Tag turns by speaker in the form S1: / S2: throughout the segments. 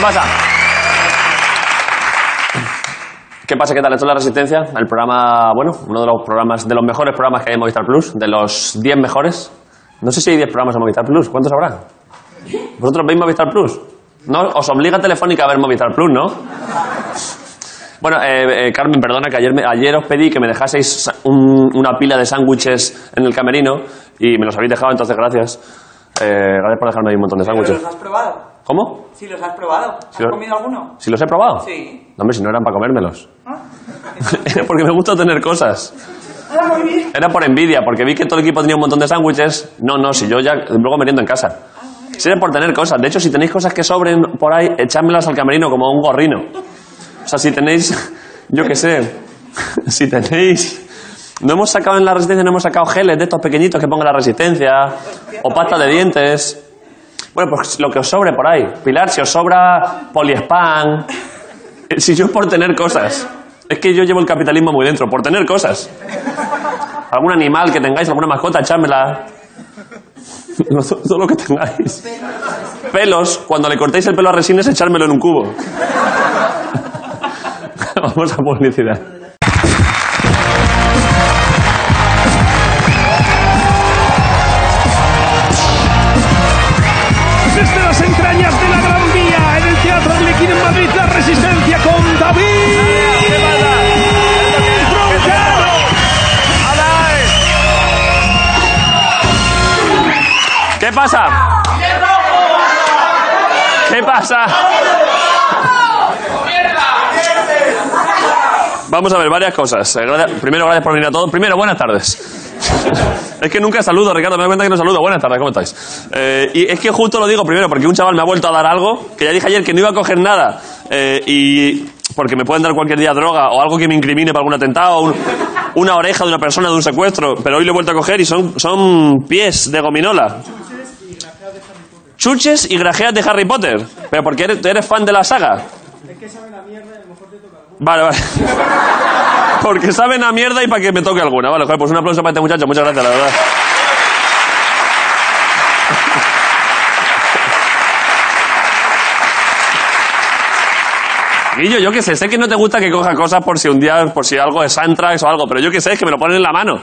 S1: pasa? ¿Qué pasa? ¿Qué tal? Esto es La Resistencia, el programa, bueno, uno de los programas, de los mejores programas que hay en Movistar Plus, de los 10 mejores. No sé si hay 10 programas en Movistar Plus, ¿cuántos habrá? ¿Vosotros veis Movistar Plus? No, os obliga Telefónica a ver Movistar Plus, ¿no? Bueno, eh, eh, Carmen, perdona que ayer, me- ayer os pedí que me dejaseis sa- un- una pila de sándwiches en el camerino y me los habéis dejado, entonces gracias. Eh, gracias por dejarme ahí un montón de
S2: Pero
S1: sándwiches.
S2: los has probado.
S1: ¿Cómo?
S2: Si los has probado. ¿Has
S1: Sí, lo-
S2: comido alguno?
S1: ¿Si los he probado?
S2: Sí.
S1: No, hombre, si no eran para comérmelos.
S2: Ah.
S1: Era porque me gusta tener cosas.
S2: Ah, muy bien.
S1: Era por envidia, porque vi que todo el equipo tenía un montón de sándwiches. No, no, si yo ya luego meriendo en casa. Si era por tener cosas. De hecho, si tenéis cosas que sobren por ahí, echádmelas al camerino como a un gorrino. O sea, si tenéis, yo qué sé, si tenéis... No hemos sacado en la resistencia, no hemos sacado geles de estos pequeñitos que pongan la resistencia, o pasta de dientes. Bueno, pues lo que os sobre por ahí. Pilar, si os sobra poliespan. Eh, Si yo por tener cosas. Es que yo llevo el capitalismo muy dentro, por tener cosas. Algún animal que tengáis, alguna mascota, echádmela. No, to- todo lo que tengáis. Pelos, cuando le cortéis el pelo a resines, echármelo en un cubo. Vamos a publicidad.
S3: Desde las entrañas de la Gran Vía, en el Teatro Arlequín en Madrid, la resistencia con David. Broncano.
S1: ¿Qué pasa? ¿Qué pasa? Vamos a ver, varias cosas. Eh, gracias- Primero, gracias por venir a todos. Primero, buenas tardes. Es que nunca saludo, Ricardo, me doy cuenta que no saludo. Buenas tardes, ¿cómo estáis? Eh, y es que justo lo digo primero, porque un chaval me ha vuelto a dar algo, que ya dije ayer que no iba a coger nada. Eh, y porque me pueden dar cualquier día droga o algo que me incrimine para algún atentado, un- una oreja de una persona de un secuestro, pero hoy lo he vuelto a coger y son, son pies de gominola. Chuches y grajeas de Harry Potter. Pero porque eres, tú eres fan de la saga. Vale, vale. Porque saben a mierda y para que me toque alguna. Vale, joder, pues un aplauso para este muchacho. Muchas gracias, la verdad. Guillo, yo qué sé, sé que no te gusta que coja cosas por si un día, por si algo es Antrax o algo, pero yo qué sé, es que me lo ponen en la mano.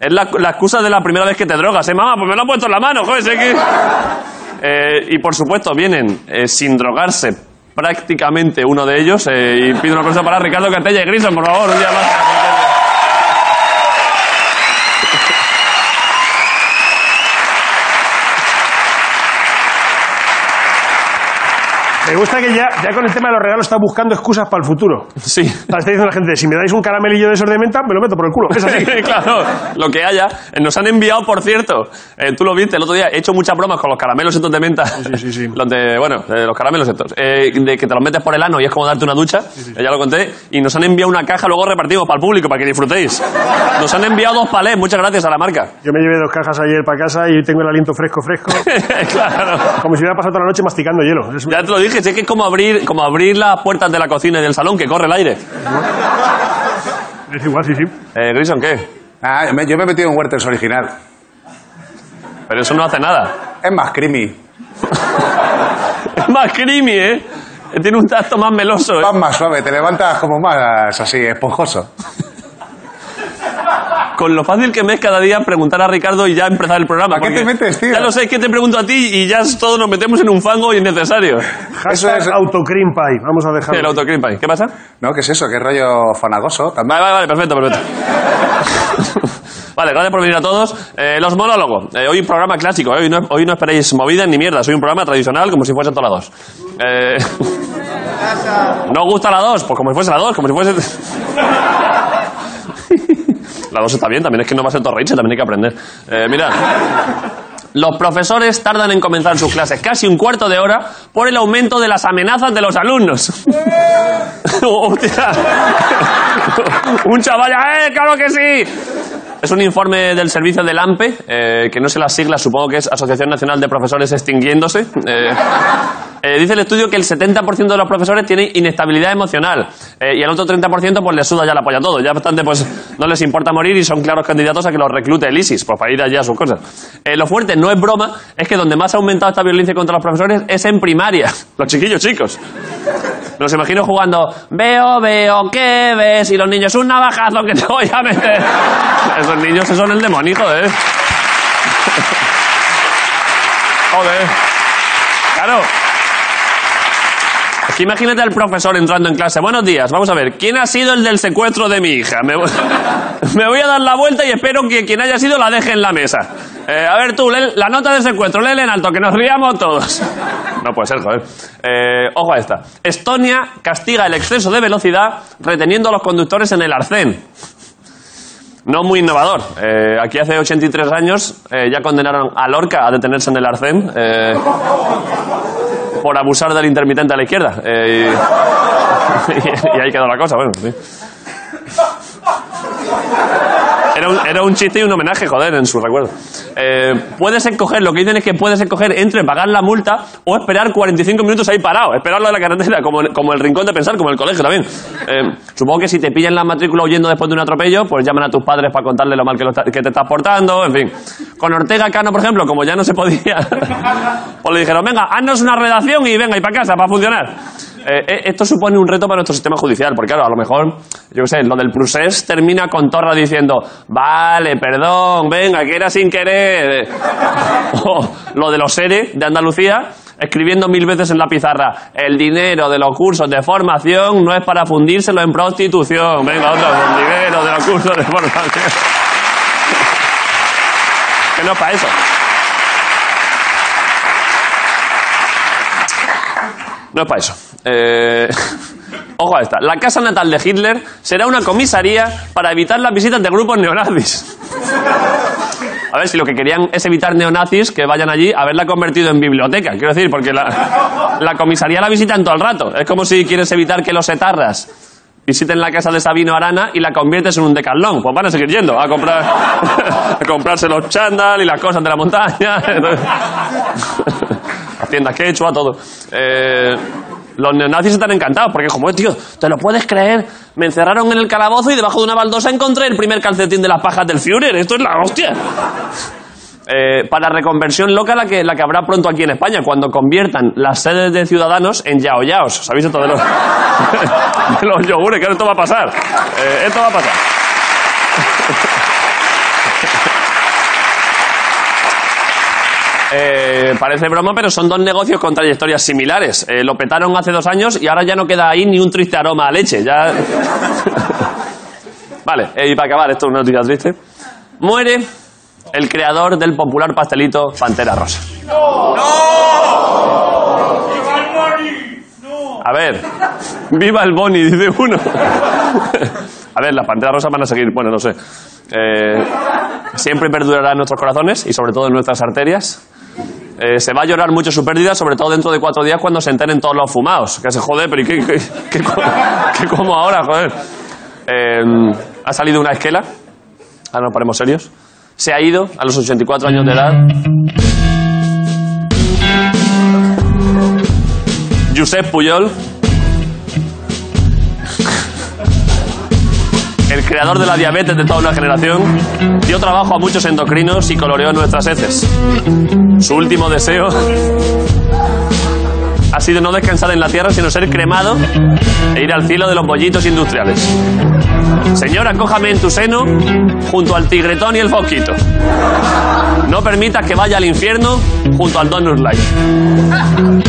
S1: Es la, la excusa de la primera vez que te drogas, ¿eh, mamá? Pues me lo han puesto en la mano, joder, sé que... Eh, y por supuesto, vienen eh, sin drogarse prácticamente uno de ellos. eh, y pido una cosa para Ricardo Cartella y Grison, por favor, un día más.
S3: Me gusta que ya, ya con el tema de los regalos está buscando excusas para el futuro. O
S1: Sí.
S3: sea, Está diciendo la gente, si me dais un caramelillo de esos de menta, me lo meto por el culo. Es así.
S1: claro, lo que haya. Eh, Nos han enviado, por cierto, eh, tú lo viste el otro día, he hecho muchas bromas con los caramelos estos de menta.
S3: sí, sí, sí.
S1: Los de- bueno, eh, los caramelos estos. Eh, de que te los metes por el ano y es como darte una ducha. Eh, ya lo conté. Y nos han enviado una caja, luego repartimos para el público, para que disfrutéis. Nos han enviado dos palés, muchas gracias a la marca.
S3: Yo me llevé dos cajas ayer para casa y tengo el aliento fresco, fresco.
S1: claro.
S3: Como si hubiera pasado toda la noche masticando hielo. Es-
S1: Ya te lo dije, sí, es que es como abrir, como abrir las puertas de la cocina y del salón, que corre el aire.
S3: es igual, sí, sí.
S1: Eh, Grison, ¿qué?
S4: Ah, yo me- yo me he metido en Werther's original.
S1: Pero eso no hace nada.
S4: Es más creamy,
S1: Es más creamy, ¿eh? Tiene un tacto más meloso. ¿eh?
S4: vas más suave, te levantas como más así, esponjoso.
S1: Con lo fácil que me es cada día preguntar a Ricardo y ya empezar el programa.
S4: ¿A qué
S1: porque
S4: te metes, tío?
S1: Ya lo sé, es que te pregunto a ti y ya es- todos nos metemos en un fango innecesario.
S4: Eso
S3: Hashtag
S4: es-
S3: autocream pie. Vamos a
S1: El
S3: dejarlo.
S1: autocrim ¿Qué pasa?
S4: ¿No? ¿Qué es eso? ¿Qué rollo fanagoso? También.
S1: Vale, vale, vale, perfecto, perfecto. vale, gracias por venir a todos. Eh, los monólogos. Eh, hoy programa clásico, eh, hoy, no, hoy no esperéis movidas ni mierda. Soy un programa tradicional como si fuese toda la 2. Eh, ¿No os gusta la 2? Pues como si fuese la 2, como si fuese... la 2 está bien, también es que no va a ser Torreiche, también hay que aprender. Eh, mira... Los profesores tardan en comenzar sus clases casi un cuarto de hora por el aumento de las amenazas de los alumnos. Oh, Hostia. Un chaval, ¡eh, claro que sí! Es un informe del servicio del AMPE, eh, que no sé las siglas, supongo que es Asociación Nacional de Profesores Extinguiéndose. Eh, eh, dice el estudio que el 70% de los profesores tienen inestabilidad emocional eh, y el otro 30% pues les suda ya la polla todo. Ya bastante pues no les importa morir y son claros candidatos a que los reclute el ISIS, pues para ir allá a sus cosas. Eh, lo fuerte, no es broma, es que donde más ha aumentado esta violencia contra los profesores es en primaria. Los chiquillos chicos. Me los imagino jugando, veo, veo, ¿qué ves? Y los niños, un navajazo que te voy a meter. Esos niños esos son el demonio, joder. Joder. Claro. Es que imagínate al profesor entrando en clase. Buenos días, vamos a ver, ¿quién ha sido el del secuestro de mi hija? Me, voy- me voy a dar la vuelta y espero que quien haya sido la deje en la mesa. Eh, a ver tú, lee la nota de secuestro, léela en alto, que nos riamos todos. No puede ser, joder. Eh, ojo a esta. Estonia castiga el exceso de velocidad reteniendo a los conductores en el arcén. No muy innovador. Eh, aquí hace 83 años eh, ya condenaron a Lorca a detenerse en el arcén. eh, por abusar del intermitente a la izquierda. Eh, y, y ahí quedó la cosa, bueno, sí. Era un, era un chiste y un homenaje, joder, en su recuerdo. Eh, puedes escoger, lo que dicen es que puedes escoger entre pagar la multa o esperar 45 minutos ahí parado, esperarlo de la carretera, como, el- como el rincón de pensar, como el colegio también. Eh, supongo que si te pillan la matrícula huyendo después de un atropello, pues llaman a tus padres para contarle lo mal que, lo está- que te estás portando, en fin. Con Ortega Cano, por ejemplo, como ya no se podía, pues le dijeron, venga, haznos una redacción y venga, y para casa, para funcionar. Eh, eh, esto supone un reto para nuestro sistema judicial, porque claro, a lo mejor, yo qué sé, lo del procés termina con Torra diciendo, vale, perdón, venga, que era sin querer. o lo de los seres de Andalucía, escribiendo mil veces en la pizarra, el dinero de los cursos de formación no es para fundírselo en prostitución. Venga, otro, el dinero de los cursos de formación. que no es para eso. No es para eso. Eh, Ojo a esta. La casa natal de Hitler será una comisaría para evitar las visitas de grupos neonazis. A ver, si lo que querían es evitar neonazis que vayan allí, haberla convertido en biblioteca. Quiero decir, porque la, la comisaría la visitan todo el rato. Es como si quieres evitar que los etarras visiten la casa de Sabino Arana y la conviertes en un decalón. Pues van a seguir yendo a comprar a comprarse los chándal y las cosas de la montaña. las tiendas quechua, todo. Eh, los neonazis están encantados porque, como, tío, ¿te lo puedes creer? Me encerraron en el calabozo y debajo de una baldosa encontré el primer calcetín de las pajas del Führer. Esto es la hostia. Eh, para reconversión loca la que, la que habrá pronto aquí en España, cuando conviertan las sedes de Ciudadanos en Yao Yaos. ¿Sabéis esto de los, de los yogures? Claro, esto va a pasar. Eh, esto va a pasar. Eh, parece broma, pero son dos negocios con trayectorias similares. Eh, lo petaron hace dos años y ahora ya no queda ahí ni un triste aroma a leche. Ya... vale, eh, y para acabar, esto es una noticia triste. Muere el creador del popular pastelito Pantera Rosa. A ver, viva el Boni, dice uno. A ver, las panteras rosas van a seguir, bueno, no sé. Eh, siempre perdurará en nuestros corazones y sobre todo en nuestras arterias. Eh, se va a llorar mucho su pérdida, sobre todo dentro de cuatro días cuando se enteren todos los fumados. Que se jode, pero ¿y qué, qué, qué co- qué como ahora, joder? Eh, ha salido una esquela. Ahora nos paremos serios. Se ha ido a los 84 años de edad. Josep Puyol. el creador de la diabetes de toda una generación, dio trabajo a muchos endocrinos y coloreó nuestras heces. Su último deseo ha sido no descansar en la tierra, sino ser cremado e ir al cielo de los bollitos industriales. Señora, cójame en tu seno junto al tigretón y el fosquito. No permitas que vaya al infierno junto al Donut Light.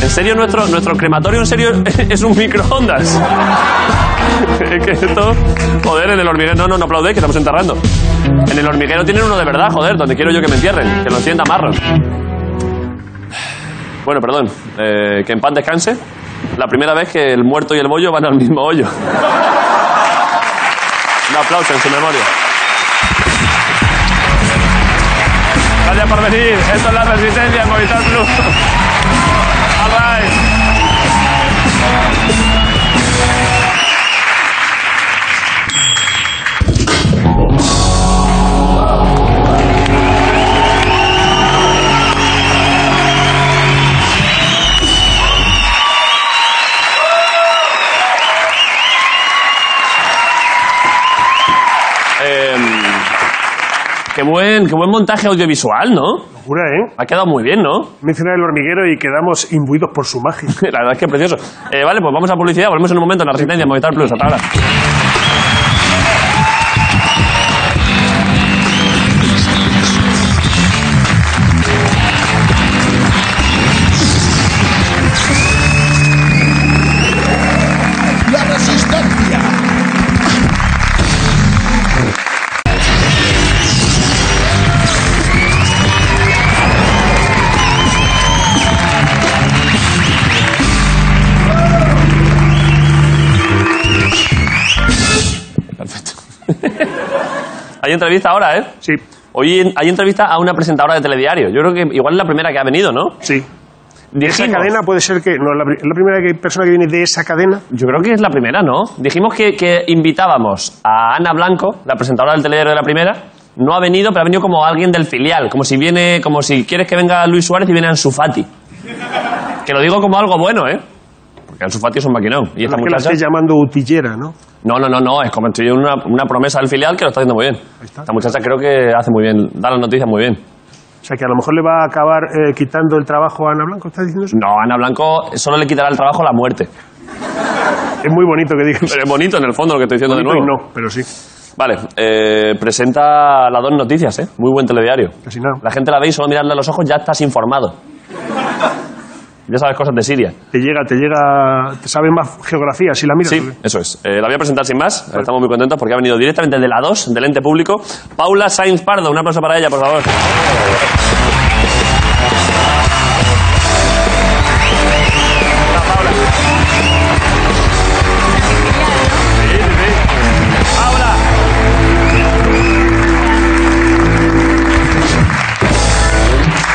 S1: En serio, nuestro, nuestro crematorio en serio es un microondas. Es que esto, joder, en el hormiguero. No, no, no aplaudéis, que estamos enterrando. En el hormiguero tienen uno de verdad, joder, donde quiero yo que me entierren, que lo encienda Marron. Bueno, perdón, eh, que en paz descanse. La primera vez que el muerto y el bollo van al mismo hoyo. Un aplauso en su memoria. Gracias por venir. Esto es La Resistencia en Movistar Plus. All right. bien, Em, qué buen montaje audiovisual, ¿no?
S3: Locura, ¿eh?
S1: Ha quedado muy bien, ¿no?
S3: Menciona el hormiguero y quedamos imbuidos por su magia.
S1: La verdad es que es precioso. Eh, vale, pues vamos a publicidad, volvemos en un momento en la resistencia, en Movistar Plus, hasta ahora.
S5: La resistencia.
S1: Perfecto. hay entrevista ahora, ¿eh?
S3: Sí,
S1: Hoy en- hay entrevista a una presentadora de Telediario. Yo creo que igual es la primera que ha venido, ¿no?
S3: sí. Esa
S1: Dijimos-
S3: cadena puede ser que. No, la, pri- la primera que- persona que viene de esa cadena.
S1: Yo creo que es la primera, ¿no? Dijimos que, que invitábamos a Ana Blanco, la presentadora del telediario de la primera. No ha venido, pero ha venido como alguien del filial, como si viene, como si quieres que venga Luis Suárez y viene Ansu Fati. Que lo digo como algo bueno, ¿eh? Porque Ansu Fati es un maquinón. Y esta
S3: La que la
S1: muchacha...
S3: esté llamando utillera, ¿no?
S1: No, no, no, no, es como estoy en una, una promesa del filial que lo está haciendo muy bien.
S3: está.
S1: Esta muchacha creo que hace muy bien, da las noticias muy bien.
S3: O sea, que a lo mejor le va a acabar eh, quitando el trabajo a Ana Blanco, ¿estás diciendo eso?
S1: No, Ana Blanco solo le quitará el trabajo la muerte.
S3: Es muy bonito que digas.
S1: Pero es bonito en el fondo lo que estoy diciendo de
S3: Bonito
S1: nuevo.
S3: y no, pero sí.
S1: Vale, eh, presenta las dos noticias, ¿eh? Muy buen telediario.
S3: Casi nada.
S1: La gente la ve y solo mirarle a los ojos ya estás informado. Ya sabes cosas de Siria.
S3: Te llega, te llega. Te sabe más geografía si la miras.
S1: Sí,
S3: ¿o qué?
S1: eso es. Eh, la voy a presentar sin más. Estamos muy contentos porque ha venido directamente de la 2, del ente público. Paula Sainz Pardo, un aplauso para ella, por favor.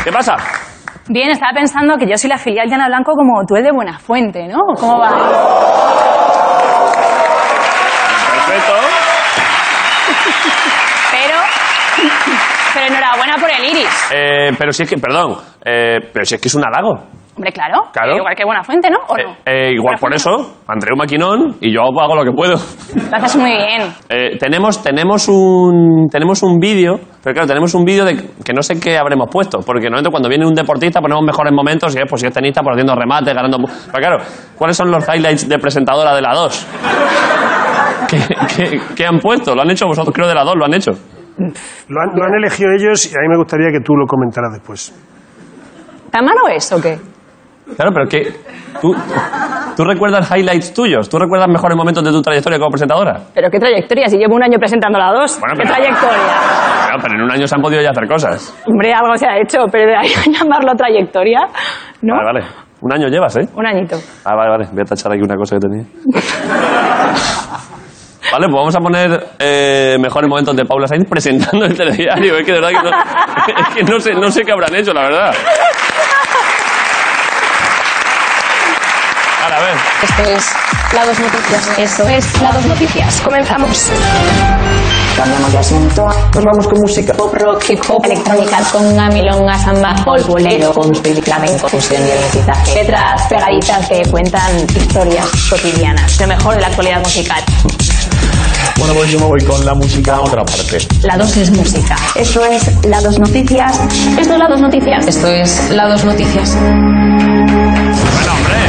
S1: ¿Qué pasa?
S6: Bien, estaba pensando que yo soy la filial de Ana Blanco como tú el de Buenafuente, ¿no? ¿Cómo va?
S1: Perfecto.
S6: Pero, pero enhorabuena por el iris.
S1: Eh, pero si es que, perdón, eh, pero si es que es un halago.
S6: Hombre, claro.
S1: Claro.
S6: Igual que Buenafuente, ¿no? ¿O
S1: Eh,
S6: no?
S1: eh, igual por eso, Andreu Maquinón y yo hago lo que puedo.
S6: Lo haces muy bien.
S1: Eh, tenemos, tenemos un, tenemos un vídeo, pero claro, tenemos un vídeo de que no sé qué habremos puesto, porque normalmente cuando viene un deportista ponemos mejores momentos, y es, pues, si es tenista, pues haciendo remates, ganando... mu- Pero claro, ¿cuáles son los highlights de presentadora de la 2? ¿Qué, qué, qué han puesto? Lo han hecho vosotros, creo, de la 2, lo han hecho.
S3: Lo, han, lo han elegido ellos y a mí me gustaría que tú lo comentaras después.
S6: ¿Tan malo es o qué?
S1: Claro, pero que... ¿tú, ¿Tú recuerdas highlights tuyos? ¿Tú recuerdas mejores momentos de tu trayectoria como presentadora?
S6: Pero qué trayectoria, si llevo un año presentando la dos.
S1: Bueno,
S6: ¿Qué
S1: pero-
S6: trayectoria?
S1: Claro, pero en un año se han podido ya hacer cosas.
S6: Hombre, algo se ha hecho, pero de ahí a llamarlo trayectoria, ¿no?
S1: Vale, vale. Un año llevas, ¿eh?
S6: Un añito.
S1: Ah, vale, vale. Voy a tachar aquí una cosa que tenía. Vale, pues vamos a poner eh, mejores momentos de Paula Sainz presentando el telediario. Es que de verdad que no, es que no, sé, no sé qué habrán hecho, la verdad. Vale, a ver.
S7: Esto es La Dos Noticias. Esto es La Dos Noticias. Comenzamos.
S8: Cambiamos de asunto, nos vamos con música.
S7: Pop rock, hip hop, electrónica, conga, milonga, samba, folk, bolero, country, flamenco, fusión y recitaje. Letras pegaditas que cuentan historias cotidianas. Lo mejor de la actualidad musical.
S5: Bueno, pues yo me voy con la música a otra parte.
S7: La dos es música.
S8: Esto es La Dos Noticias.
S7: Esto es La Dos Noticias. Esto es La Dos Noticias.
S1: Bueno, hombre.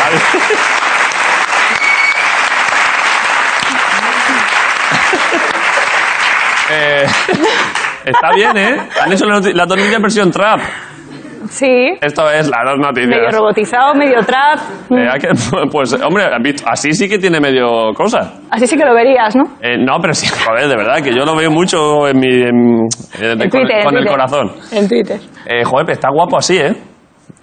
S1: Vale. Eh, está bien, ¿eh? Han hecho la, noti- la noticia en versión trap.
S6: Sí.
S1: Esto es la dos
S6: Medio
S1: noticias.
S6: robotizado, medio trap.
S1: Eh, hay que- pues, hombre, ¿has visto? así sí que tiene medio cosa.
S6: Así sí que lo verías, ¿no?
S1: Eh, no, pero sí, joder, de verdad, que yo lo veo mucho en mi, en- eh, de-
S6: En
S1: con,
S6: Twitter, en
S1: con el
S6: Twitter.
S1: corazón.
S6: En Twitter.
S1: Eh, joder, pero está guapo así, ¿eh?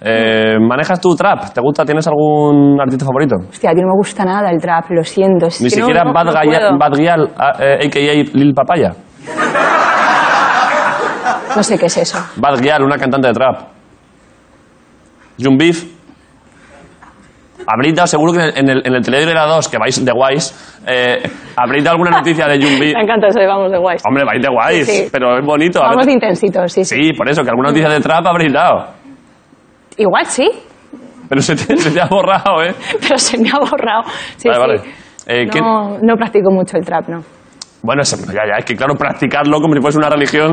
S1: Eh, ¿Manejas tu trap? ¿Te gusta? ¿Tienes algún artista favorito?
S6: Hostia, a ti no me gusta nada el trap, lo siento. Es
S1: Ni
S6: que no-
S1: siquiera
S6: no-
S1: Bad,
S6: no
S1: Gaya-
S6: puedo.
S1: Bad Gyal, ah, eh, a.k.a. Lil Papaya.
S6: No sé qué es eso.
S1: Bad Gyal, una cantante de trap. Jun Beef. Habréis dado, seguro que en el, en el telediario de la 2, que vais de guays, eh, habréis dado alguna noticia de Jun Beef.
S6: Me encanta eso de vamos de guays.
S1: Hombre, vais de guays,
S6: Sí, sí.
S1: pero es bonito. a
S6: Vamos de
S1: ver-
S6: intensitos, sí, sí.
S1: Sí, por eso, que alguna noticia de trap habréis dado.
S6: Igual sí,
S1: Pero se te, se te ha borrado, ¿eh?
S6: pero se me ha borrado. Sí,
S1: Vale,
S6: sí.
S1: vale. Eh, ¿qué-
S6: no, no practico mucho el trap, no.
S1: Bueno, ese- ya, ya, es que claro, practicarlo como si fuese una religión.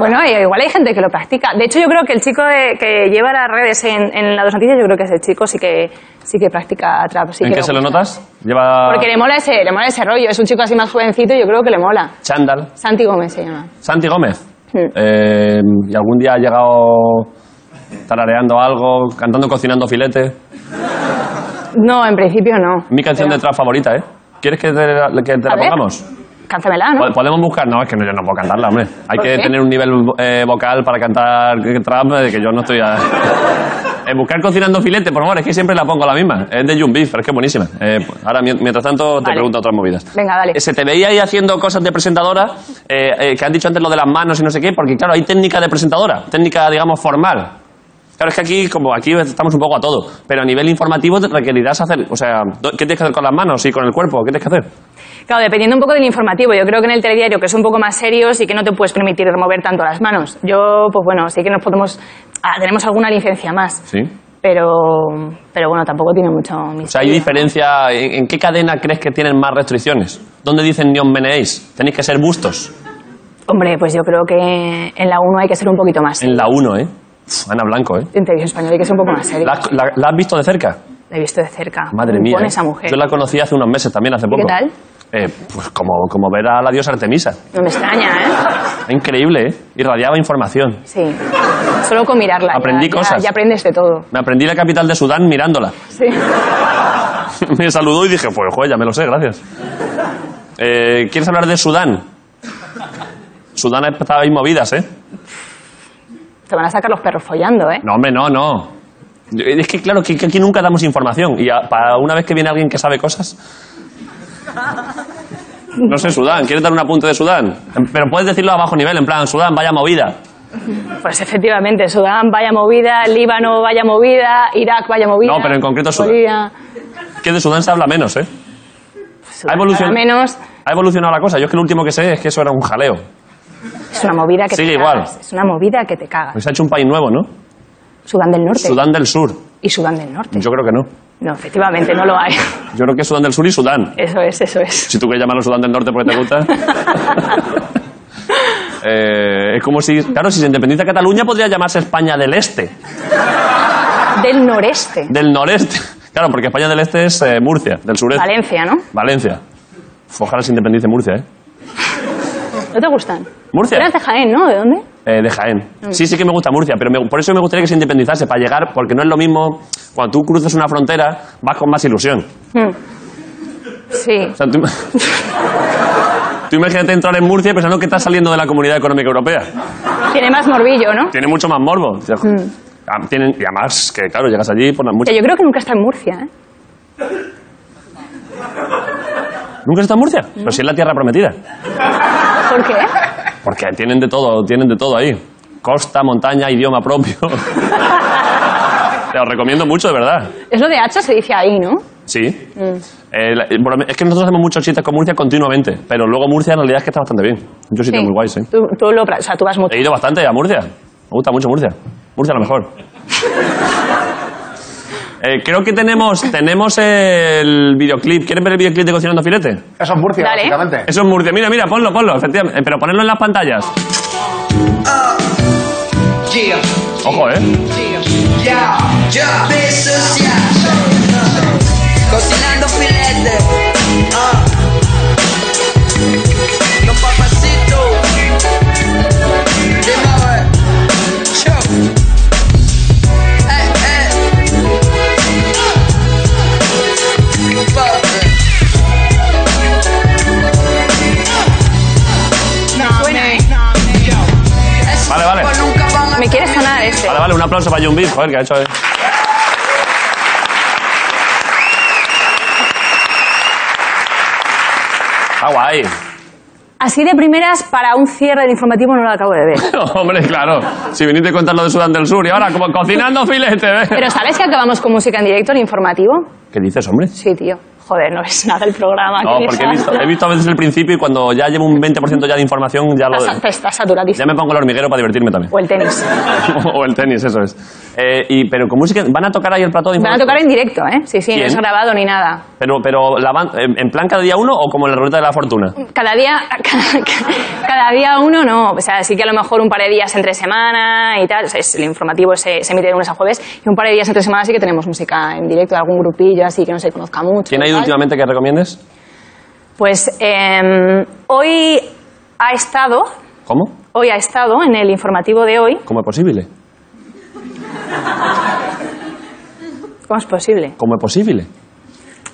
S6: Bueno, eh, igual hay gente que lo practica. De hecho, yo creo que el chico de- que lleva las redes en, en las dos noticias, yo creo que ese chico sí que, sí que practica trap. Sí
S1: ¿En
S6: que
S1: qué
S6: lo-
S1: se lo notas? Lleva
S6: Porque le mola, ese, le mola ese rollo. Es un chico así más jovencito y yo creo que le mola.
S1: chándal.
S6: Santi Gómez se llama.
S1: Santi Gómez.
S6: Sí.
S1: Eh, ¿Y algún día ha llegado tarareando algo, cantando, cocinando filete?
S6: No, en principio no.
S1: Mi canción de trap favorita, ¿eh? ¿Quieres que te, la- que te la
S6: A ver.
S1: pongamos?
S6: Cánzamela, ¿no?
S1: Po- Podemos buscar, no, es que no, yo no puedo cantarla, hombre. Hay
S6: ¿Por
S1: que
S6: qué?
S1: tener un nivel eh, vocal para cantar trap eh, que yo no estoy a... Eh, buscar cocinando filete, por favor, es que siempre la pongo la misma. Es de Jun Beef, pero es que es buenísima. Eh, ahora, mien- mientras tanto, te
S6: Vale.
S1: pregunto otras movidas.
S6: Venga, dale.
S1: Eh, Se te veía ahí haciendo cosas de presentadora, eh, eh, que han dicho antes lo de las manos y no sé qué, porque claro, hay técnica de presentadora, técnica, digamos, formal. Claro, es que aquí, como aquí estamos un poco a todo, pero a nivel informativo te requerirás hacer, o sea, do- ¿qué tienes que hacer con las manos y con el cuerpo? ¿Qué tienes que hacer?
S6: Claro, dependiendo un poco del informativo. Yo creo que en el telediario, que es un poco más serio, sí que no te puedes permitir remover tanto las manos. Yo, pues bueno, sí que nos podemos... ah, tenemos alguna licencia más.
S1: Sí.
S6: Pero, pero bueno, tampoco tiene mucho
S1: O sea, hay
S6: misterio.
S1: diferencia. ¿En, en qué cadena crees que tienen más restricciones? ¿Dónde dicen ni os meneéis? Tenéis que ser bustos.
S6: Hombre, pues yo creo que en la 1 hay que ser un poquito más
S1: En la 1, ¿eh? Uf, Ana Blanco, ¿eh?
S6: En televisión española hay que ser un poco más serio.
S1: ¿La, has- la- la has visto de cerca?
S6: La he visto de cerca.
S1: Madre
S6: Me
S1: mía.
S6: impone
S1: ¿eh?
S6: esa mujer.
S1: Yo la conocí hace unos meses también, hace poco.
S6: tal?
S1: Eh, pues como, como ver a la diosa Artemisa.
S6: No me extraña, ¿eh?
S1: Increíble, ¿eh? Irradiaba información.
S6: Sí. Solo con mirarla. ya-
S1: Aprendí
S6: ya-
S1: cosas.
S6: Ya aprendes de todo.
S1: Me aprendí la capital de Sudán mirándola.
S6: Sí.
S1: me saludó y dije, pues joder, ya me lo sé, gracias. Eh, ¿Quieres hablar de Sudán? Sudán está ahí movidas, ¿eh?
S6: Te van a sacar los perros follando, ¿eh?
S1: No, hombre, no, no. Es que, claro, que, que aquí nunca damos información. Y a- para una vez que viene alguien que sabe cosas. No sé, Sudán, ¿quieres dar un apunte de Sudán? En- Pero puedes decirlo a bajo nivel, en plan, Sudán, vaya movida.
S6: Pues efectivamente, Sudán, vaya movida, Líbano, vaya movida, Irak, vaya movida.
S1: No, pero en concreto Sudán.
S6: Bolivia,
S1: Que de Sudán se habla menos, ¿eh?
S6: Sudán,
S1: Ha evolucionado.
S6: nada menos.
S1: Ha evolucionado la cosa. Yo es que lo último que sé es que eso era un jaleo.
S6: Es una movida que
S1: Sigue
S6: te
S1: igual.
S6: cagas. Es una movida que te cagas.
S1: Pues se ha hecho un país nuevo, ¿no?
S6: Sudán del Norte
S1: Sudán del Sur.
S6: y Sudán del Norte.
S1: Yo creo que no.
S6: No, efectivamente, no lo hay.
S1: Yo creo que es Sudán del Sur y Sudán.
S6: Eso es, eso es.
S1: Si tú quieres llamarlo Sudán del Norte porque te gusta. Eh, es como si, claro, si se independiza Cataluña podría llamarse España del Este,
S6: Del noreste.
S1: del Noreste. Claro, porque España del Este es eh, Murcia, del sureste.
S6: Valencia, ¿no?
S1: Valencia. Ojalá se independice Murcia, ¿eh?
S6: ¿No te gustan?
S1: Murcia.
S6: Eres de Jaén, ¿no? ¿De dónde?
S1: Eh, de Jaén. Sí, sí que me gusta Murcia, pero me- por eso me gustaría que se independizase, para llegar, porque no es lo mismo, cuando tú cruces una frontera, vas con más ilusión.
S6: Sí.
S1: O sea, tú, tú imagínate entrar en Murcia pensando que estás saliendo de la Comunidad Económica Europea.
S6: Tiene más morbillo, ¿no?
S1: tiene mucho más morbo. Ah, tienen- y además, que claro, llegas allí por la
S6: Que yo creo que nunca está en Murcia, ¿eh?
S1: ¿Nunca has estado en Murcia? Pero si es la tierra prometida.
S6: ¿Por qué?
S1: Porque tienen de todo, tienen de todo ahí. Costa, montaña, idioma propio. Te lo recomiendo mucho, de verdad.
S6: Es lo de H se dice ahí, ¿no?
S1: Sí. Eh, la- eh, por- es que nosotros hacemos muchos chistes con Murcia continuamente, pero luego Murcia en realidad es que está bastante bien. Muchos sitios muy guays, ¿eh?
S6: Tú, tú lo, pra- o sea, tú vas mucho.
S1: He ido bastante a Murcia. Me gusta mucho Murcia. Murcia a lo mejor. Eh, creo que tenemos, tenemos el videoclip. ¿Quieren ver el videoclip de Cocinando Filete?
S4: Eso es Murcia,
S6: Dale.
S4: básicamente.
S1: Eso es Murcia. Mira, mira, ponlo, ponlo, efectivamente. Eh, Pero ponedlo en las pantallas. Ojo, ¿eh?
S9: Besos ya. Cocinando filete. Ah. Los papacitos. Dime a ver. Show. Eh, eh. Fuck it. Esos
S1: Vale, vale.
S9: tipos eh. nunca van a
S6: Me quiere sonar este.
S1: Vale, vale, un aplauso para John Beef, joder, que ha hecho. eh. Está guay.
S6: Así de primeras, para un cierre de informativo no lo acabo de ver.
S1: Hombre, claro. Si viniste a contar lo de Sudán del Sur y ahora como cocinando filete, ¿eh?
S6: Pero ¿sabes que acabamos con música en directo, el informativo?
S1: ¿Qué dices, hombre?
S6: Sí, tío. Joder, no es nada el programa.
S1: No,
S6: qué
S1: porque he visto,
S6: desastre.
S1: he visto a veces el principio y cuando ya llevo un 20% ya de información, ya lo.
S6: Estás, estás
S1: Ya
S6: saturadísimo.
S1: me pongo el hormiguero para divertirme también.
S6: O el tenis.
S1: o el tenis, eso es. Eh, y, pero con música. ¿Van a tocar ahí el plató de
S6: Van a
S1: información?
S6: tocar en directo, ¿eh? Sí, sí,
S1: ¿Quién?
S6: no es grabado ni nada.
S1: Pero, pero la van- en en plan cada día uno o como en la ruleta de la fortuna.
S6: Cada día, cada, día uno no. O sea, sí que a lo mejor un par de días entre semana y tal. O sea, es- el informativo se, se emite de lunes a jueves. Y un par de días entre semana sí que tenemos música en directo de algún grupillo así que no se conozca mucho.
S1: ¿Quién ha
S6: y
S1: ido
S6: tal.
S1: últimamente que recomiendes?
S6: Pues eh, hoy ha estado,
S1: ¿Cómo?
S6: hoy ha estado en el informativo de hoy.
S1: ¿Cómo es posible?
S6: ¿Cómo es posible?
S1: ¿Cómo es posible?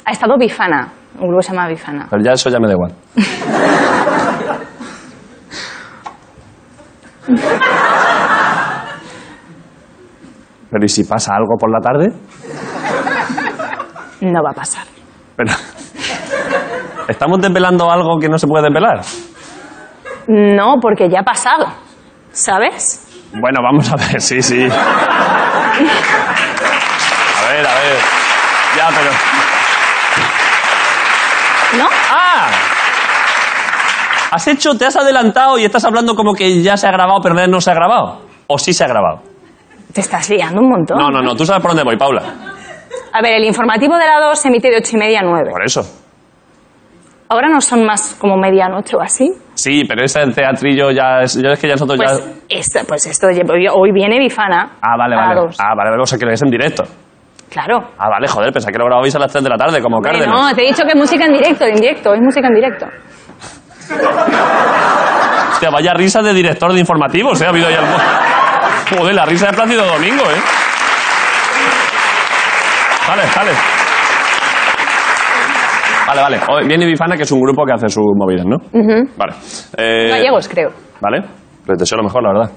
S6: Ha estado Bifana. Un grupo que se llama Bifana.
S1: Pero ya eso ya me da igual. Pero ¿y si pasa algo por la tarde?
S6: No va a pasar.
S1: Pero- ¿Estamos desvelando algo que no se puede desvelar?
S6: No, porque ya ha pasado. ¿Sabes?
S1: Bueno, vamos a ver, sí, sí. A ver, a ver. Ya, pero...
S6: ¿No?
S1: ¡Ah! Has hecho, te has adelantado y estás hablando como que ya se ha grabado, pero no se ha grabado. ¿O sí se ha grabado?
S6: Te estás liando un montón.
S1: No, no, no, tú sabes por dónde voy, Paula.
S6: A ver, el informativo de la 2 se emite de 8 y media a 9.
S1: Por eso.
S6: Ahora no son más como medianoche o así.
S1: Sí, pero ese teatrillo ya es, yo es que ya nosotros
S6: Pues,
S1: ya...
S6: esta- pues esto, de- hoy viene Bifana.
S1: Ah, vale,
S6: a la
S1: vale.
S6: dos.
S1: Ah, vale, vale, o sea que lo ves en directo.
S6: Claro.
S1: Ah, vale, joder, pensé que lo grababais a las 3 de la tarde, como
S6: Hombre,
S1: Cárdenas.
S6: No, te he dicho que es música en directo, en directo, es música en directo.
S1: Hostia, vaya risa de director de informativos, ¿eh? Ha habido ahí algo. Joder, la risa de Plácido Domingo, ¿eh? Vale, vale. Vale, vale. Hoy Viene Bifana, que es un grupo que hace sus movidas, ¿no? Vale. Eh,
S6: Gallegos, creo.
S1: Vale. Les deseo lo mejor, la verdad.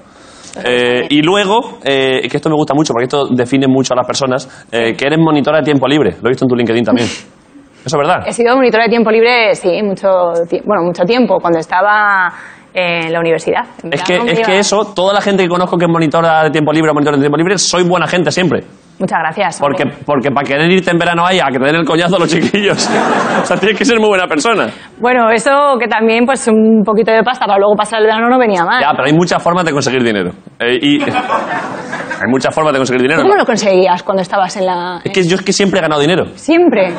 S1: Eh, y luego, eh, que esto me gusta mucho, porque esto define mucho a las personas, eh, que eres monitora de tiempo libre. Lo he visto en tu LinkedIn también. ¿Eso es verdad?
S6: He sido monitora de tiempo libre, sí, mucho, ti- bueno, mucho tiempo, cuando estaba eh, en la universidad. En
S1: Es que,
S6: verano me
S1: es
S6: iba-
S1: que eso, toda la gente que conozco que es monitora de tiempo libre o monitor de tiempo libre, soy buena gente siempre.
S6: Muchas gracias.
S1: Porque, porque para querer irte en verano ahí a que te den el coñazo a los chiquillos. o sea, tienes que ser muy buena persona.
S6: Bueno, eso que también, pues un poquito de pasta para luego pasar el verano no venía mal.
S1: Ya, pero hay muchas formas de conseguir dinero. Eh, y hay muchas formas de conseguir dinero.
S6: ¿Cómo lo conseguías cuando estabas en la...?
S1: Es que yo es que siempre he ganado dinero.
S6: Siempre.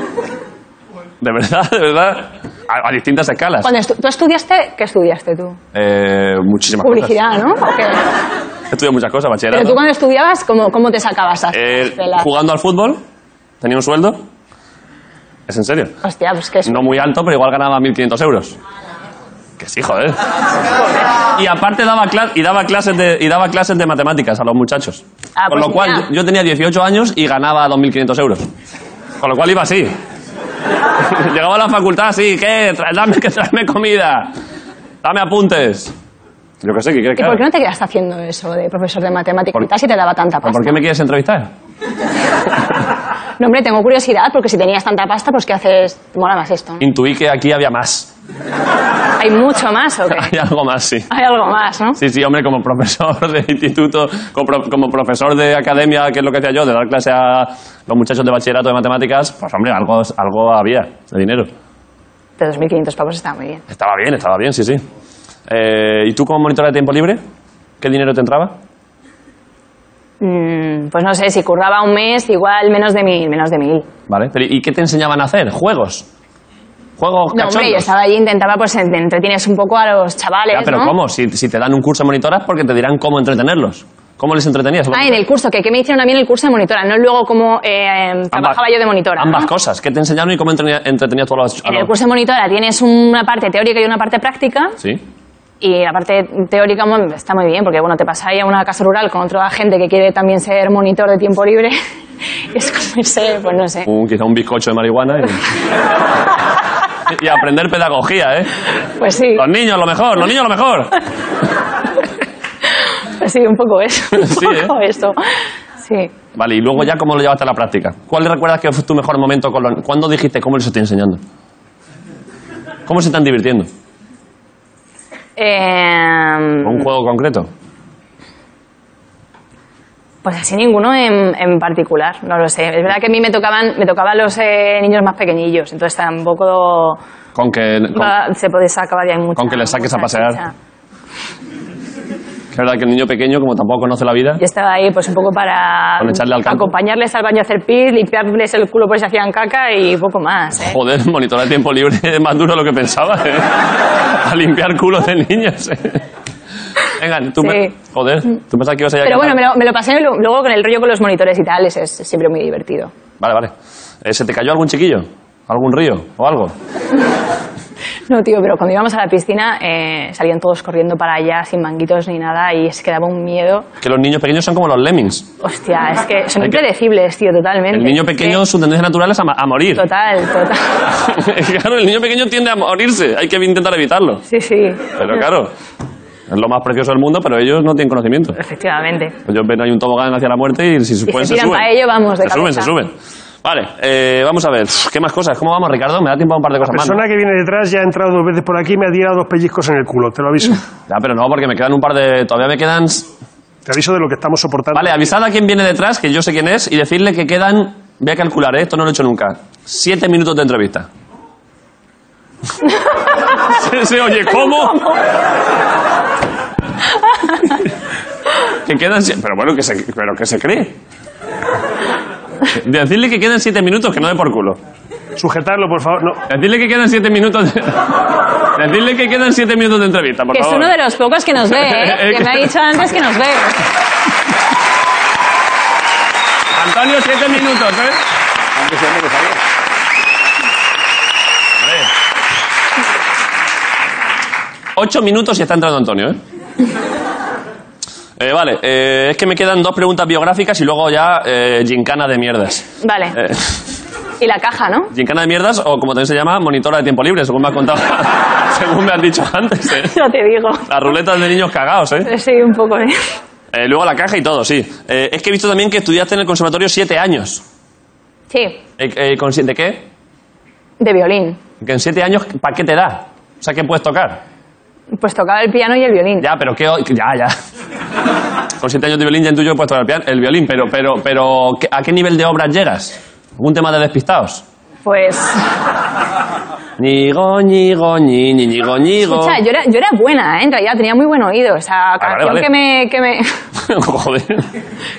S1: De verdad, de verdad. A, a distintas escalas.
S6: Cuando estu- ¿Tú estudiaste? ¿Qué estudiaste tú?
S1: Eh, muchísimas
S6: Publicidad, ¿no? ¿O qué?
S1: cosas. He estudiado muchas cosas,
S6: Pero
S1: bachillerato.
S6: tú cuando estudiabas, ¿cómo, cómo te sacabas a
S1: Eh,
S6: de la-
S1: jugando al fútbol, tenía un sueldo. Es en serio.
S6: Hostia, pues que es...
S1: No muy alto, pero igual ganaba 1.500 euros. Que sí, joder. Y aparte daba, cla- y daba, clases, de, y daba clases de matemáticas a los muchachos.
S6: Ah,
S1: Con
S6: pues
S1: lo cual,
S6: mira.
S1: yo, yo tenía 18 años y ganaba 2.500 euros. Con lo cual iba así. Llegaba a la facultad así, ¿qué? Tra- Dame, que tráeme comida. Dame apuntes. Yo qué sé, ¿qué crees
S6: ¿Y
S1: que
S6: por qué
S1: haga?
S6: no te quedaste haciendo eso de profesor de matemáticas
S1: Por-
S6: y tal si te daba tanta
S1: ¿Por
S6: pasta?
S1: qué me quieres entrevistar?
S6: No, hombre, tengo curiosidad, porque si tenías tanta pasta, pues ¿qué haces? Mola más esto, ¿no?
S1: Intuí que aquí había más.
S6: ¿Hay mucho más o qué?
S1: Hay algo más, sí.
S6: Hay algo más, ¿no?
S1: Sí, sí, hombre, como profesor de instituto, como, pro- como profesor de academia, que es lo que hacía yo, de dar clase a los muchachos de bachillerato de matemáticas, pues hombre, algo, algo había de dinero.
S6: Pero 2.500 pavos está muy bien.
S1: Estaba bien, estaba bien, sí, sí. Eh, ¿Y tú como monitora de tiempo libre? ¿Qué dinero te entraba?
S6: Mm, pues no sé, si curraba un mes, igual menos de mil, menos de mil.
S1: ¿Vale? Pero, ¿Y qué te enseñaban a hacer? ¿Juegos? ¿Juegos
S6: No, hombre, yo
S1: cachondos?
S6: estaba allí, intentaba, pues en- entretienes un poco a los chavales,
S1: Ya, pero
S6: ¿no?
S1: ¿cómo? Si, si te dan un curso de monitoras, porque te dirán cómo entretenerlos. ¿Cómo les entretenías?
S6: Ah, en el curso, que, que me hicieron a mí en el curso de monitora, no luego como eh, trabajaba yo de monitora.
S1: Ambas
S6: ¿no?
S1: cosas. ¿Qué te enseñaron y cómo entrene- entretenías tú a los... a
S6: En el
S1: los-
S6: curso de monitora tienes una parte teórica y una parte práctica,
S1: Sí.
S6: y la parte teórica bueno, está muy bien, porque bueno, te pasas ahí a una casa rural con otra gente que quiere también ser monitor de tiempo libre, y es como ese, pues no sé.
S1: un, quizá un bizcocho de marihuana y, y aprender pedagogía, ¿eh?
S6: Pues sí,
S1: Los niños, lo mejor, los niños, lo mejor.
S6: pues sí, un poco eso, un
S1: Sí, ¿eh?
S6: poco esto. Sí.
S1: Vale, y luego ya, ¿cómo lo llevaste a la práctica? ¿Cuál recuerdas que fue tu mejor momento con los ¿Cuándo dijiste cómo les estoy enseñando? ¿Cómo se están divirtiendo?
S6: Eh, Em,
S1: ¿Con ¿Un juego concreto?
S6: Pues Pues así ninguno en, en particular, no lo sé. Es verdad que a mí me tocaban, me tocaban los eh, niños más pequeñillos, entonces tampoco
S1: Con que, con,
S6: va- se puede sacar ya mucho.
S1: Con que le saques a pasear. que es verdad que el niño pequeño, como tampoco conoce la vida,
S6: Yo estaba ahí pues un poco para
S1: Con echarle al campo.
S6: acompañarles al baño a hacer pis, limpiarles el culo por si hacían caca y poco más. ¿eh?
S1: joder, monitorar el tiempo libre es más duro de lo que pensaba, ¿eh? A limpiar culos de niños, ¿eh? Venga, tú
S6: Sí.
S1: me- Joder, tú pensabas que ibas a ir a
S6: Pero
S1: cantar.
S6: bueno, me lo, me lo pasé lu- luego con el rollo con los monitores y tal, es, es siempre muy divertido.
S1: Vale, vale. Eh, ¿Se te cayó algún chiquillo? ¿Algún río? ¿O algo?
S6: No, tío, pero cuando íbamos a la piscina eh, salían todos corriendo para allá sin manguitos ni nada y es que daba un miedo.
S1: Que los niños pequeños son como los lemmings.
S6: Hostia, es que son
S1: Hay que-
S6: impredecibles, tío, totalmente.
S1: El niño
S6: Es que-
S1: pequeño, su tendencia natural es a, ma- a morir.
S6: Total, total.
S1: claro, el niño pequeño tiende a morirse. Hay que intentar evitarlo.
S6: Sí, sí.
S1: Pero claro, es lo más precioso del mundo, pero ellos no tienen conocimiento.
S6: Efectivamente.
S1: Ellos ven ahí un tobogán hacia la muerte y si
S6: se
S1: pueden se,
S6: tiran
S1: suben.
S6: pa' ello, vamos,
S1: se
S6: de
S1: suben, se
S6: cabeza.
S1: suben. Vale, eh, vamos a ver. ¿Qué más cosas? ¿Cómo vamos, Ricardo? Me da tiempo a un par de
S3: La
S1: cosas más. ¿no?
S3: persona que viene detrás ya ha entrado dos veces por aquí y me ha tirado dos pellizcos en el culo, te lo aviso.
S1: Ya, pero no, porque me quedan un par de... Todavía me quedan...
S3: Te aviso de lo que estamos soportando.
S1: Vale, avisad a quien viene detrás, que yo sé quién es, y decirle que quedan... Voy a calcular, ¿eh? esto no lo he hecho nunca. Siete minutos de entrevista. se, se oye, ¿cómo? que quedan... si- Pero bueno, que se, pero que se cree. Decirle que quedan siete minutos, que no dé por culo.
S3: Sujetarlo, por favor. No.
S1: Decirle que quedan siete minutos de... Decirle que quedan siete minutos de entrevista, por
S6: Que es
S1: favor.
S6: uno de los pocos que nos ve,
S1: Eh,
S6: ¿eh? que me ha
S1: que-
S6: dicho antes que nos ve.
S1: Antonio, siete minutos, ¿eh? Hombre. Ocho minutos y está entrando Antonio, ¿eh? Eh, vale, eh, es que me quedan dos preguntas biográficas y luego ya eh, gincana de mierdas.
S6: Vale.
S1: Eh,
S6: Y la caja, ¿no?
S1: gincana de mierdas o como también se llama, monitora de tiempo libre, según me has contado, según me han dicho antes. ¿eh?
S6: Yo te digo.
S1: Las ruletas de niños cagados, ¿eh?
S6: Sí, un poco. ¿eh?
S1: Eh, luego la caja y todo, sí. Eh, es que he visto también que estudiaste en el conservatorio siete años.
S6: Sí,
S1: Eh, eh, con siete- ¿De qué?
S6: de violín.
S1: Que en siete años, ¿para qué te da? O sea, ¿qué puedes tocar?
S6: Pues tocaba el piano y el violín.
S1: Ya, pero ¿qué...? o- Ya, ya. Con siete años de violín ya intuyo que puedes tocar el, pian- el violín, pero, pero, pero ¿qué- ¿a qué nivel de obras llegas? ¿Algún tema de despistados?
S6: Pues,
S1: Ñigo, ñigo, ñi, ñi, ñigo, ñigo.
S6: escucha, yo era, yo era buena, ¿eh? en realidad tenía muy buen oído. O sea,
S1: vale,
S6: canción
S1: vale.
S6: que me... Que me...
S1: Joder.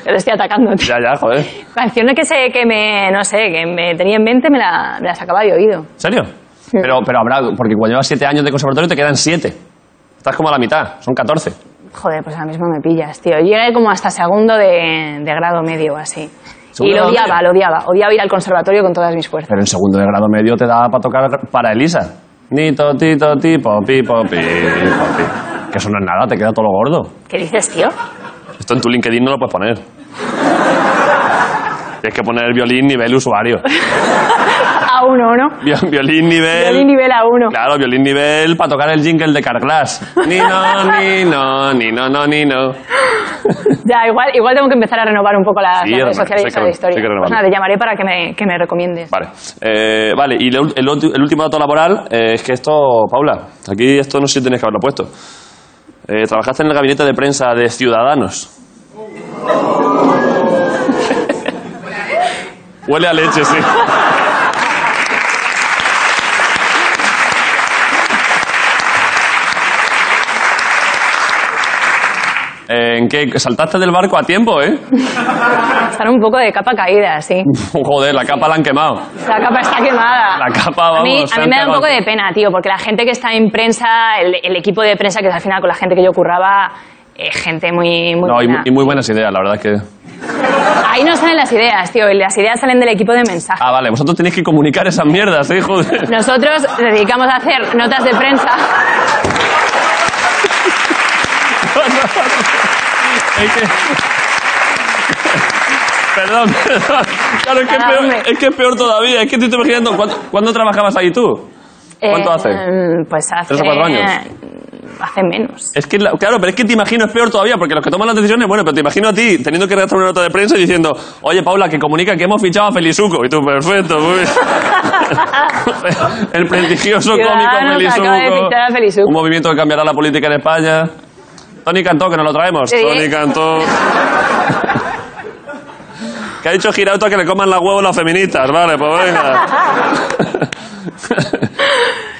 S6: Yo lo estoy atacando, tío.
S1: Ya, ya, joder.
S6: Canciones que, sé, que me, no sé, que me tenía en mente, me la, me la sacaba de oído.
S1: ¿En serio? Pero, pero habrá... Porque cuando llevas siete años de conservatorio te quedan siete. Estás como a la mitad, son 14.
S6: Joder, pues ahora mismo me pillas, tío. Yo era como hasta segundo de, de grado medio, así. Y
S1: ¿Segundo
S6: lo
S1: grado
S6: odiaba,
S1: medio?
S6: lo odiaba. Odiaba ir al conservatorio con todas mis fuerzas.
S1: Pero en segundo de grado medio te da para tocar para Elisa. Nito, tito, ti, popi, popi, popi. Que eso no es nada, te queda todo lo gordo.
S6: ¿Qué dices, tío?
S1: Esto en tu LinkedIn no lo puedes poner. Tienes que poner violín nivel usuario.
S6: A1, ¿no?
S1: Vi- Violín nivel...
S6: Violín nivel A1.
S1: Claro, violín nivel para tocar el jingle de Carglass. Ni no, ni no, ni no, no, ni no.
S6: Ya, igual, igual tengo que empezar a renovar un poco las,
S1: Sí,
S6: las redes
S1: renovar, sí
S6: sociales y
S1: hay que
S6: esa
S1: re-
S6: historia.
S1: sí hay que
S6: pues
S1: renovarlo.
S6: nada, te llamaré para que me, que me recomiendes.
S1: Vale. Eh, vale, y lo- el, ulti- el último dato laboral eh, es que esto, Paula, aquí esto no sé si tenías que haberlo puesto. Eh, trabajaste en el gabinete de prensa de Ciudadanos. Huele a leche, sí. Eh, ¿En qué? Saltaste del barco a tiempo, ¿eh?
S6: Estar un poco de capa caída, sí.
S1: Joder, la capa la han quemado.
S6: La capa está quemada.
S1: La capa,
S6: A mí,
S1: vamos,
S6: a mí me da un
S1: Santa
S6: poco de
S1: Bárbara.
S6: pena, tío, porque la gente que está en prensa, el, el equipo de prensa, que es al final con la gente que yo curraba, eh, gente muy... muy
S1: No, y,
S6: buena.
S1: mu- y muy buenas ideas, la verdad es que...
S6: Ahí no salen las ideas, tío, y las ideas salen del equipo de mensaje.
S1: Ah, vale, vosotros tenéis que comunicar esas mierdas, ¿eh? Joder.
S6: Nosotros nos dedicamos a hacer notas de prensa.
S1: Es que... Perdón, perdón. Claro, es que es
S6: Nada,
S1: peor,
S6: hombre.
S1: es que es peor todavía. Es que te estoy imaginando... ¿cuándo, cuándo trabajabas ahí tú? ¿Cuánto
S6: Eh,
S1: hace?
S6: Pues hace...
S1: ¿Tres o cuatro años?
S6: Hace menos.
S1: Es que, la- claro, pero es que te imagino es peor todavía, porque los que toman las decisiones, bueno, pero te imagino a ti teniendo que redactar una nota de prensa y diciendo, oye, Paula, que comunica que hemos fichado a Felizuco. Y tú, perfecto, muy bien. El prestigioso cómico
S6: Ciudadanos
S1: Felizuco.
S6: acaba de fichar a Felizuco.
S1: Un movimiento que cambiará la política en España. Tony Cantó, que nos lo traemos.
S6: Sí.
S1: Tony Cantó. Que ha dicho Girauta que le coman la huevo las feministas. Vale, pues venga.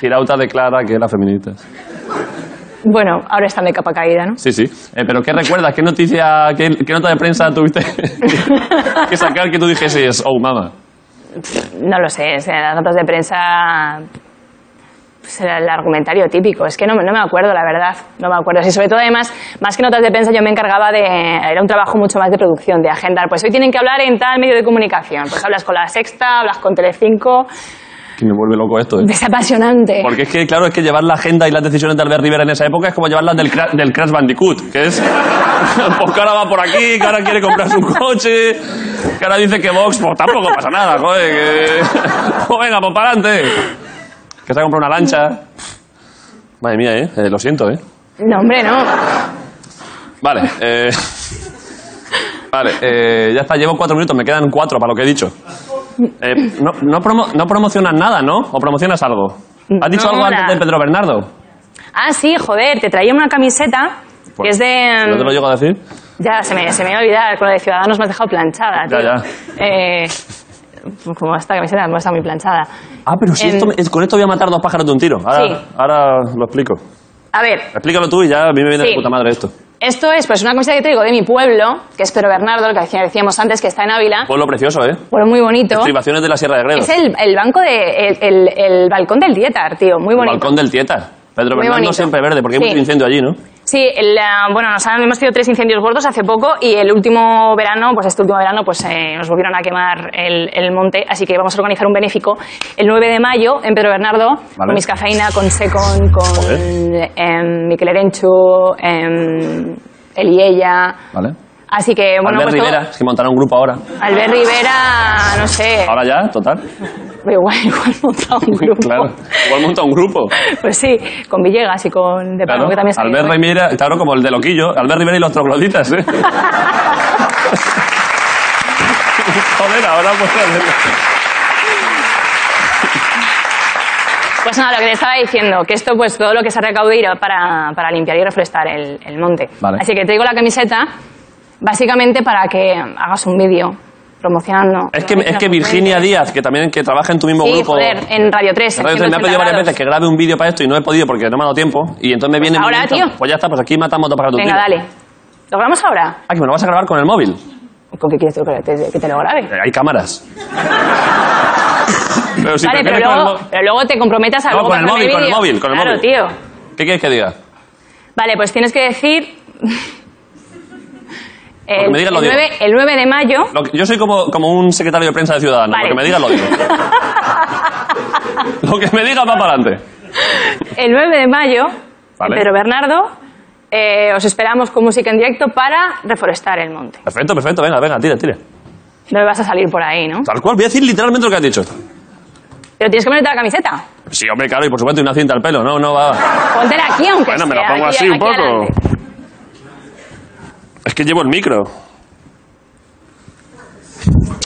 S1: Girauta declara que era feminista.
S6: Bueno, ahora están de capa caída, ¿no?
S1: Sí, sí. Eh, pero ¿qué recuerdas? ¿Qué noticia, qué, qué nota de prensa tuviste que sacar que tú dijeses, oh, mamá?
S6: No lo sé, o sea, las notas de prensa. Pues era el argumentario típico. Es que no, me- no me acuerdo, la verdad. No me acuerdo. Y sobre todo, además, más que notas de prensa, yo me encargaba de. Era un trabajo mucho más de producción, de agendar. Pues hoy tienen que hablar en tal medio de comunicación. Pues hablas con la Sexta, hablas con Telecinco.
S1: Que me vuelve loco esto, ¿eh?
S6: Es apasionante.
S1: Porque es que, claro, es que llevar la agenda y las decisiones de Albert Rivera en esa época es como llevarlas del, cra- del Crash Bandicoot, que es, pues que ahora va por aquí, que ahora quiere comprarse un coche, que ahora dice que Vox, pues tampoco pasa nada, joder, que... Pues venga, pues para adelante. Que se ha comprado una lancha. Madre mía, ¿eh? Eh, Lo siento, ¿eh?
S6: No, hombre, no.
S1: Vale, eh... Vale, eh, ya está, llevo cuatro minutos, me quedan cuatro para lo que he dicho. Eh, no, no, promo- no promocionas nada, ¿no? ¿O promocionas algo? ¿Has dicho
S6: No,
S1: algo antes
S6: nada.
S1: de Pedro Bernardo?
S6: Ah, sí, joder, te traía una camiseta.
S1: Por-
S6: que es de. mm,
S1: ¿No te lo llego a decir?
S6: Ya, se me, se me iba a olvidar, con lo de Ciudadanos me has dejado planchada, tío.
S1: Ya, ya.
S6: Eh, pues, como esta camiseta me está muy planchada.
S1: Ah, pero si
S6: En-
S1: esto, es- con esto voy a matar dos pájaros de un tiro. Ahora,
S6: em, Sí.
S1: ahora lo explico.
S6: A ver,
S1: Explícalo tú y ya a mí me viene
S6: Sí.
S1: de puta madre esto.
S6: esto es pues una camiseta que traigo de mi pueblo, que es Pedro Bernardo, el que decía- decíamos antes, que está en Ávila.
S1: Pueblo precioso, ¿eh?
S6: Pueblo muy bonito.
S1: Privaciones de la Sierra de Gredos.
S6: Es el, el banco de, el, el- el balcón del Dietar, tío, muy
S1: El
S6: bonito.
S1: balcón del Tieta. Pedro
S6: Muy
S1: Bernardo
S6: bonito.
S1: siempre verde, porque hay
S6: Sí.
S1: mucho incendio allí, ¿no?
S6: Sí, el, ah, bueno, nos han, hemos tenido tres incendios gordos hace poco y el último verano, pues este último verano, pues eh, nos volvieron a quemar el, el monte, así que vamos a organizar un benéfico el 9 de mayo en Pedro Bernardo,
S1: Vale.
S6: con mis cafeína, con Secon, con
S1: Joder.
S6: em, Miquel Erenchu, em, Eliella.
S1: Vale.
S6: Así que, bueno,
S1: Albert
S6: pues todo-
S1: Rivera, es que montará un grupo ahora.
S6: Albert Rivera, no sé,
S1: Ahora ya, total.
S6: igual, igual monta un grupo.
S1: Claro. Igual monta un grupo.
S6: Pues sí, con Villegas y con De Palma,
S1: Claro.
S6: que también está
S1: Albert Rivera, claro, como el de Loquillo. Albert Rivera y los trogloditas, ¿eh? Joder, ahora pues...
S6: Pues nada, lo que te estaba diciendo, que esto, pues todo lo que se recaude irá para, para limpiar y reforestar el, el monte.
S1: Vale.
S6: Así que te digo la camiseta, básicamente para que hagas un vídeo promocionando.
S1: Es que, es que Virginia Díaz, que también que trabaja en tu mismo
S6: Sí,
S1: grupo.
S6: joder, en Radio 3,
S1: en Radio 3, me ha pedido
S6: 180
S1: varias
S6: grados.
S1: veces que grabe un vídeo para esto y no he podido porque no me ha dado tiempo. Y entonces me viene.
S6: ahora,
S1: me dice,
S6: tío.
S1: Pues ya está, pues aquí matamos dos pájaros de un
S6: Venga,
S1: tiro.
S6: dale. ¿Lo grabamos ahora?
S1: Ah, que me lo vas a grabar con el móvil.
S6: ¿Con qué quieres tú que te, que te lo grabe?
S1: Eh, Hay cámaras. pero si
S6: vale, pero
S1: prefieres con
S6: luego,
S1: el
S6: pero luego te comprometas a
S1: No,
S6: luego
S1: con el
S6: pasarme
S1: móvil, con el
S6: vídeo.
S1: móvil, con el
S6: claro,
S1: móvil.
S6: tío.
S1: mo- ¿Qué quieres que diga?
S6: Vale, pues tienes que decir...
S1: que Pues me digas lo digo.
S6: 9, el 9 de mayo...
S1: Lo que- yo soy como, como un secretario de prensa de Ciudadanos.
S6: Vale.
S1: Lo que me diga lo digo. lo que me diga va para adelante.
S6: El 9 de mayo,
S1: Vale.
S6: Pedro Bernardo, eh, os esperamos con música en directo para reforestar el monte.
S1: Perfecto, perfecto. Venga, venga, tira, tira.
S6: No me vas a salir por ahí, ¿no?
S1: Tal cual, voy a decir literalmente lo que has dicho.
S6: Pero tienes que ponerte la camiseta.
S1: Sí, hombre, claro, y por supuesto, y una cinta al pelo. No, no va.
S6: Póntela aquí, aunque
S1: Bueno,
S6: sea.
S1: me la pongo
S6: Pues aquí-
S1: así un
S6: aquí
S1: poco.
S6: adelante.
S1: Es que llevo el micro.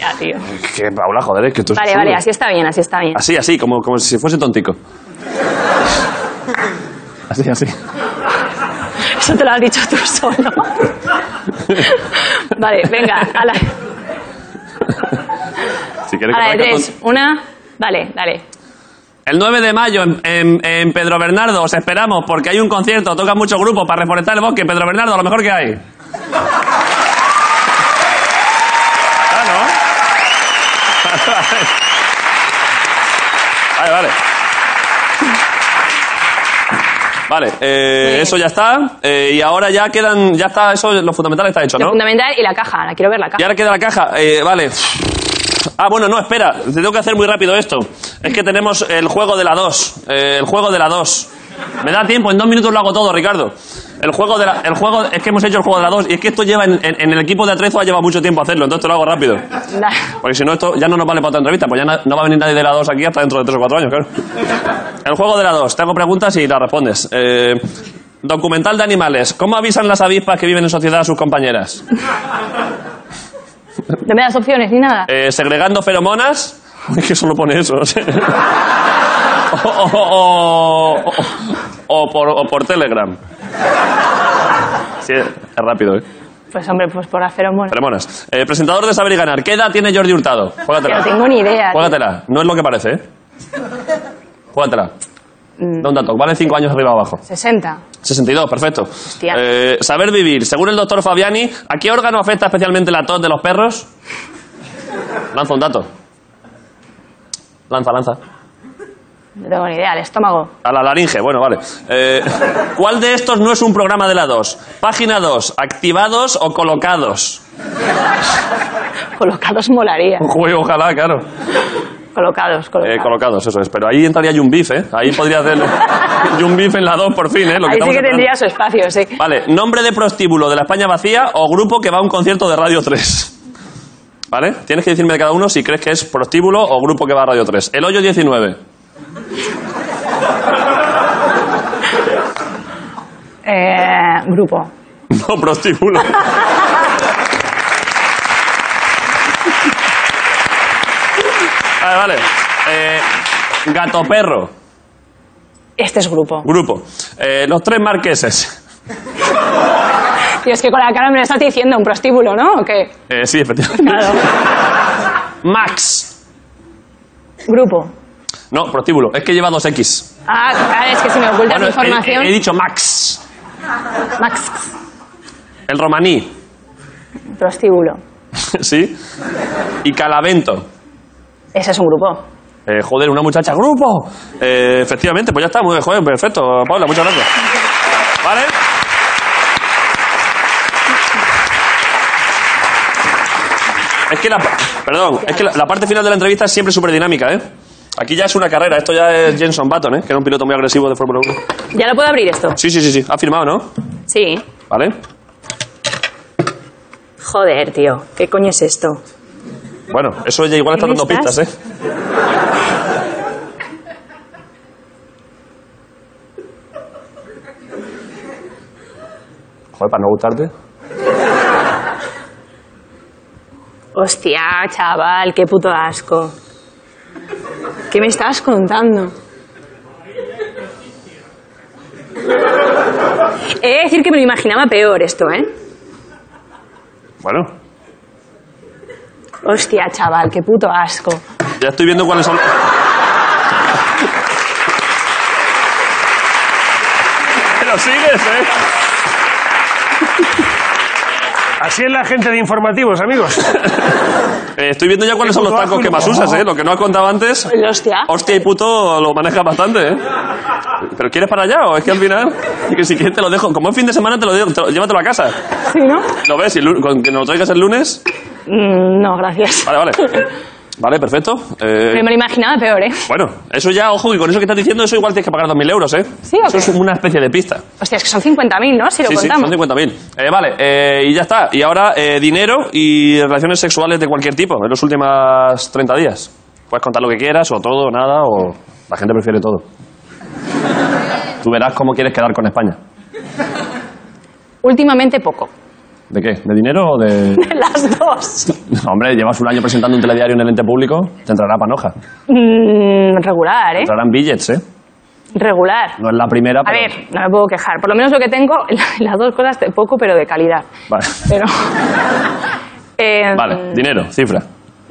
S6: Ya, tío.
S1: Es que, Paula, joder, es que tú...
S6: Vale, vale, así está bien, así está bien.
S1: Así, así, como, como si fuese tontico. Así, así.
S6: Eso te lo has dicho tú solo. vale, venga, a la,
S1: Si quieres
S6: a
S1: que
S6: la de
S1: parezca
S6: tres. Una, vale, dale.
S1: tonto. El 9 de mayo en, en- en Pedro Bernardo os esperamos porque hay un concierto, toca mucho grupo para reforestar el bosque. Pedro Bernardo, lo mejor que hay. Ah, ¿no? Vale, vale. Vale, eh,
S6: Bien.
S1: eso ya está. Eh, y ahora ya quedan, ya está, eso, lo fundamental está hecho,
S6: Lo
S1: ¿no?
S6: fundamental y la caja, la quiero ver la
S1: Y
S6: caja.
S1: ahora queda la caja. Eh, vale. Ah, bueno, no, espera. Te tengo que hacer muy rápido esto. Es que tenemos el juego de la 2. Eh, el juego de la 2. Me da tiempo, en dos minutos lo hago todo, Ricardo. El juego de la. El juego, es que hemos hecho el juego de la 2 y es que esto lleva. En, en- en el equipo de Atrezo ha llevado mucho tiempo hacerlo, entonces te lo hago rápido.
S6: La-
S1: Porque si no, esto ya no nos vale para otra entrevista, pues ya na- no va a venir nadie de la 2 aquí hasta dentro de 3 o 4 años, claro. El juego de la 2, te hago preguntas y las respondes. Eh, documental de animales. ¿Cómo avisan las avispas que viven en sociedad a sus compañeras?
S6: No me das opciones ni nada.
S1: Eh, segregando feromonas. Uy, que solo pone eso. no sé. o, o- o- o- o por, o por Telegram. Sí, es rápido, ¿eh?
S6: Pues hombre, pues por las feromonas.
S1: Tremonas. Eh, presentador de Saber y Ganar. ¿Qué edad tiene Jordi Hurtado? Juégatela.
S6: Que no tengo ni idea, tío.
S1: Juégatela. No es lo que parece, ¿eh? Juégatela.
S6: Mm.
S1: Da un dato. Vale 5 años arriba o abajo.
S6: 60.
S1: 62, perfecto. Eh, saber vivir. Según el doctor Fabiani, ¿a qué órgano afecta especialmente la tos de los perros? Lanza un dato. Lanza, lanza.
S6: No tengo ni idea. El estómago.
S1: A la laringe, bueno, vale. Eh, ¿Cuál de estos no es un programa de la 2? Página 2, activados o colocados.
S6: Colocados molaría.
S1: Un juego, ojalá, claro.
S6: Colocados,
S1: Eh,
S6: colocados.
S1: colocados, eso es. Pero ahí entraría Jumbif, ¿eh? Ahí podría hacer Jumbif en la 2 por fin, ¿eh? Lo estamos
S6: Ahí sí que
S1: esperando.
S6: tendría su espacio, sí.
S1: Vale, nombre de prostíbulo de la España vacía o grupo que va a un concierto de Radio 3. ¿Vale? Tienes que decirme de cada uno si crees que es prostíbulo o grupo que va a Radio 3. El hoyo 19.
S6: Eh, grupo.
S1: No, prostíbulo. vale, vale. Eh, gato perro.
S6: Este es grupo.
S1: Grupo. Eh, los tres marqueses.
S6: Tío, es que con la cara me lo estás diciendo, un prostíbulo, ¿no? ¿O qué?
S1: Eh, sí, efectivamente.
S6: Claro.
S1: Max.
S6: Grupo.
S1: No, prostíbulo. Es que lleva dos X.
S6: Ah, claro, es que si me ocultas
S1: Bueno,
S6: mi
S1: he,
S6: información.
S1: he- he dicho Max.
S6: Max.
S1: El romaní.
S6: Prostíbulo.
S1: ¿Sí? Y Calavento.
S6: Ese es un grupo.
S1: Eh, joder, una muchacha, grupo. Eh, efectivamente, pues ya está, muy bien, joder, perfecto. Paula, muchas gracias. ¿Vale? Es que la, perdón, es que la, la parte final de la entrevista es siempre súper dinámica, ¿eh? Aquí ya es una carrera, esto ya es Jenson Button, ¿eh? Que era un piloto muy agresivo de Fórmula 1.
S6: ¿Ya lo puedo abrir esto?
S1: Sí, sí, sí, sí, ha firmado, ¿no?
S6: Sí.
S1: ¿Vale?
S6: Joder, tío. ¿Qué coño es esto?
S1: Bueno, eso ya igual está
S6: ¿En
S1: dando pistas,
S6: estas?
S1: ¿eh? Joder, para no gustarte.
S6: Hostia, chaval, qué puto asco. ¿Qué me estás contando? He de decir que me lo imaginaba peor esto, ¿eh?
S1: Bueno,
S6: Hostia, chaval, qué puto asco.
S1: ya estoy viendo cuáles son. Pero sigues, ¿eh?
S3: Así es la gente de informativos, amigos.
S1: Eh, Estoy viendo ya cuáles son los
S3: puto
S1: tacos
S3: asco,
S1: que más
S3: no.
S1: usas, ¿eh? Lo que no has contado antes.
S6: El hostia.
S1: Hostia y puto lo manejas bastante, ¿eh? ¿Pero quieres para allá o es que al final... Es que si quieres te lo dejo. Como es fin de semana, te lo dejo. te lo- llévatelo a casa.
S6: ¿Sí, no?
S1: ¿Lo ves? Y lu- con que nos lo traigas el lunes...
S6: Mm, no, gracias.
S1: Vale, vale. Vale, perfecto. Eh,
S6: Pero me lo imaginaba peor, ¿eh?
S1: bueno, eso ya, ojo, que con eso que estás diciendo, eso igual tienes que pagar 2.000 euros, ¿eh?
S6: ¿Sí o
S1: Eso
S6: qué?
S1: es una especie de pista.
S6: Hostia, es que son 50.000, ¿no? Si lo
S1: sí, sí, son
S6: contamos.
S1: 50.000. Eh, vale, eh, y ya está. Y ahora, eh, dinero y relaciones sexuales de cualquier tipo en los últimos 30 días. Puedes contar lo que quieras, o todo, o nada, o. La gente prefiere todo. Tú verás cómo quieres quedar con España.
S6: Últimamente poco.
S1: ¿De qué? ¿De dinero o de.?
S6: Las dos.
S1: No, hombre, llevas un año presentando un telediario en el ente público, te entrará panoja. Te
S6: Mm, regular, ¿eh?
S1: entrarán billets, ¿eh?
S6: Regular.
S1: No es la primera,
S6: A
S1: pero.
S6: ver, no me puedo quejar. Por lo menos lo que tengo, las dos cosas, de poco, pero de calidad.
S1: Vale.
S6: Pero. Eh,
S1: Vale, dinero, cifra.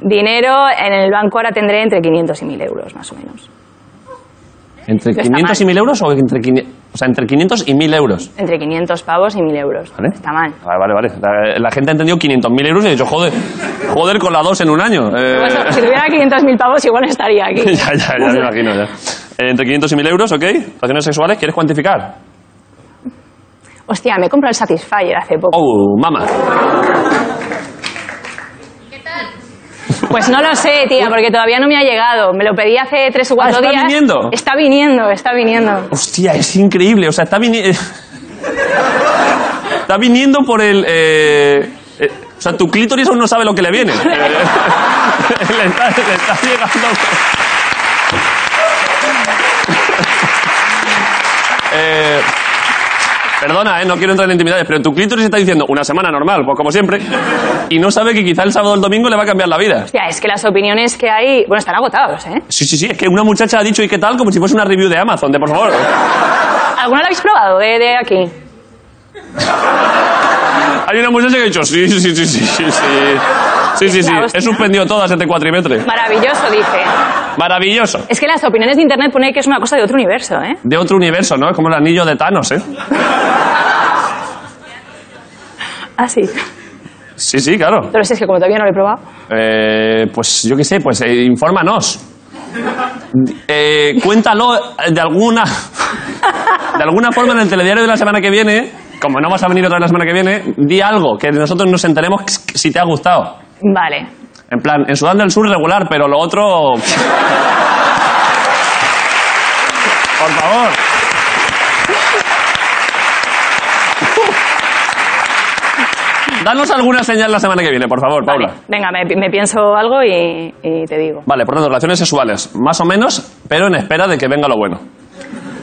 S6: Dinero en el banco ahora tendré entre 500 y 1000 euros, más o menos.
S1: ¿Entre
S6: Está
S1: 500 y
S6: mal.
S1: 1000 euros o entre, quini- o sea, entre 500 y 1000 euros?
S6: Entre 500 pavos y 1000 euros.
S1: ¿Vale? Eh.
S6: Está mal.
S1: Vale, vale, vale. La, la gente ha entendido 500.000 euros y ha dicho, joder, joder con la dos en un año. Eh,
S6: Pues, si tuviera 500.000 pavos, igual estaría aquí.
S1: ya, ya, ya, me imagino, ya. Eh, entre 500 y 1000 euros, ¿ok? Relaciones sexuales, ¿quieres cuantificar?
S6: Hostia, me he comprado el Satisfyer hace poco.
S1: Oh, mama.
S6: Pues no lo sé, tía, porque todavía no me ha llegado. Me lo pedí hace 3 o 4
S1: Ah, ¿está
S6: días.
S1: viniendo?
S6: Está viniendo, está viniendo.
S1: Hostia, es increíble. O sea, está viniendo. está viniendo por el. eh, eh, o sea, tu clítoris aún no sabe lo que le viene. Eh, le, está, le está llegando. Eh, Perdona, eh, no quiero entrar en intimidades, pero tu clítoris está diciendo una semana normal, pues como siempre, y no sabe que quizá el sábado o el domingo le va a cambiar la vida.
S6: Hostia, es que las opiniones que hay. Bueno, están agotados, ¿eh?
S1: Sí, sí, sí, es que una muchacha ha dicho, ¿y qué tal? Como si fuese una review de Amazon, de por favor.
S6: ¿Alguna la habéis probado de, de aquí?
S1: Hay una muchacha que ha dicho, sí, sí, sí, sí, sí, sí. Sí, sí, sí.
S6: La hostia.
S1: He suspendido todas este cuatrimestre.
S6: Maravilloso, dije.
S1: Maravilloso.
S6: Es que las opiniones de internet pone que es una cosa de otro universo, ¿eh?
S1: De otro universo, ¿no? Es como el anillo de Thanos, ¿eh?
S6: Ah, sí.
S1: Sí, sí, claro.
S6: Pero si es que como todavía no lo he probado.
S1: Eh, pues yo qué sé, pues eh, infórmanos. Eh, cuéntalo eh, de alguna, de alguna forma en el telediario de la semana que viene. Como no vas a venir otra vez la semana que viene, di algo que nosotros nos enteremos si te ha gustado.
S6: Vale.
S1: En plan, en Sudán del Sur regular, pero lo otro. Por favor. Danos alguna señal la semana que viene, por favor, Paula.
S6: Vale. Venga, me, me pienso algo y, y te digo.
S1: Vale, por tanto, relaciones sexuales, más o menos, pero en espera de que venga lo bueno.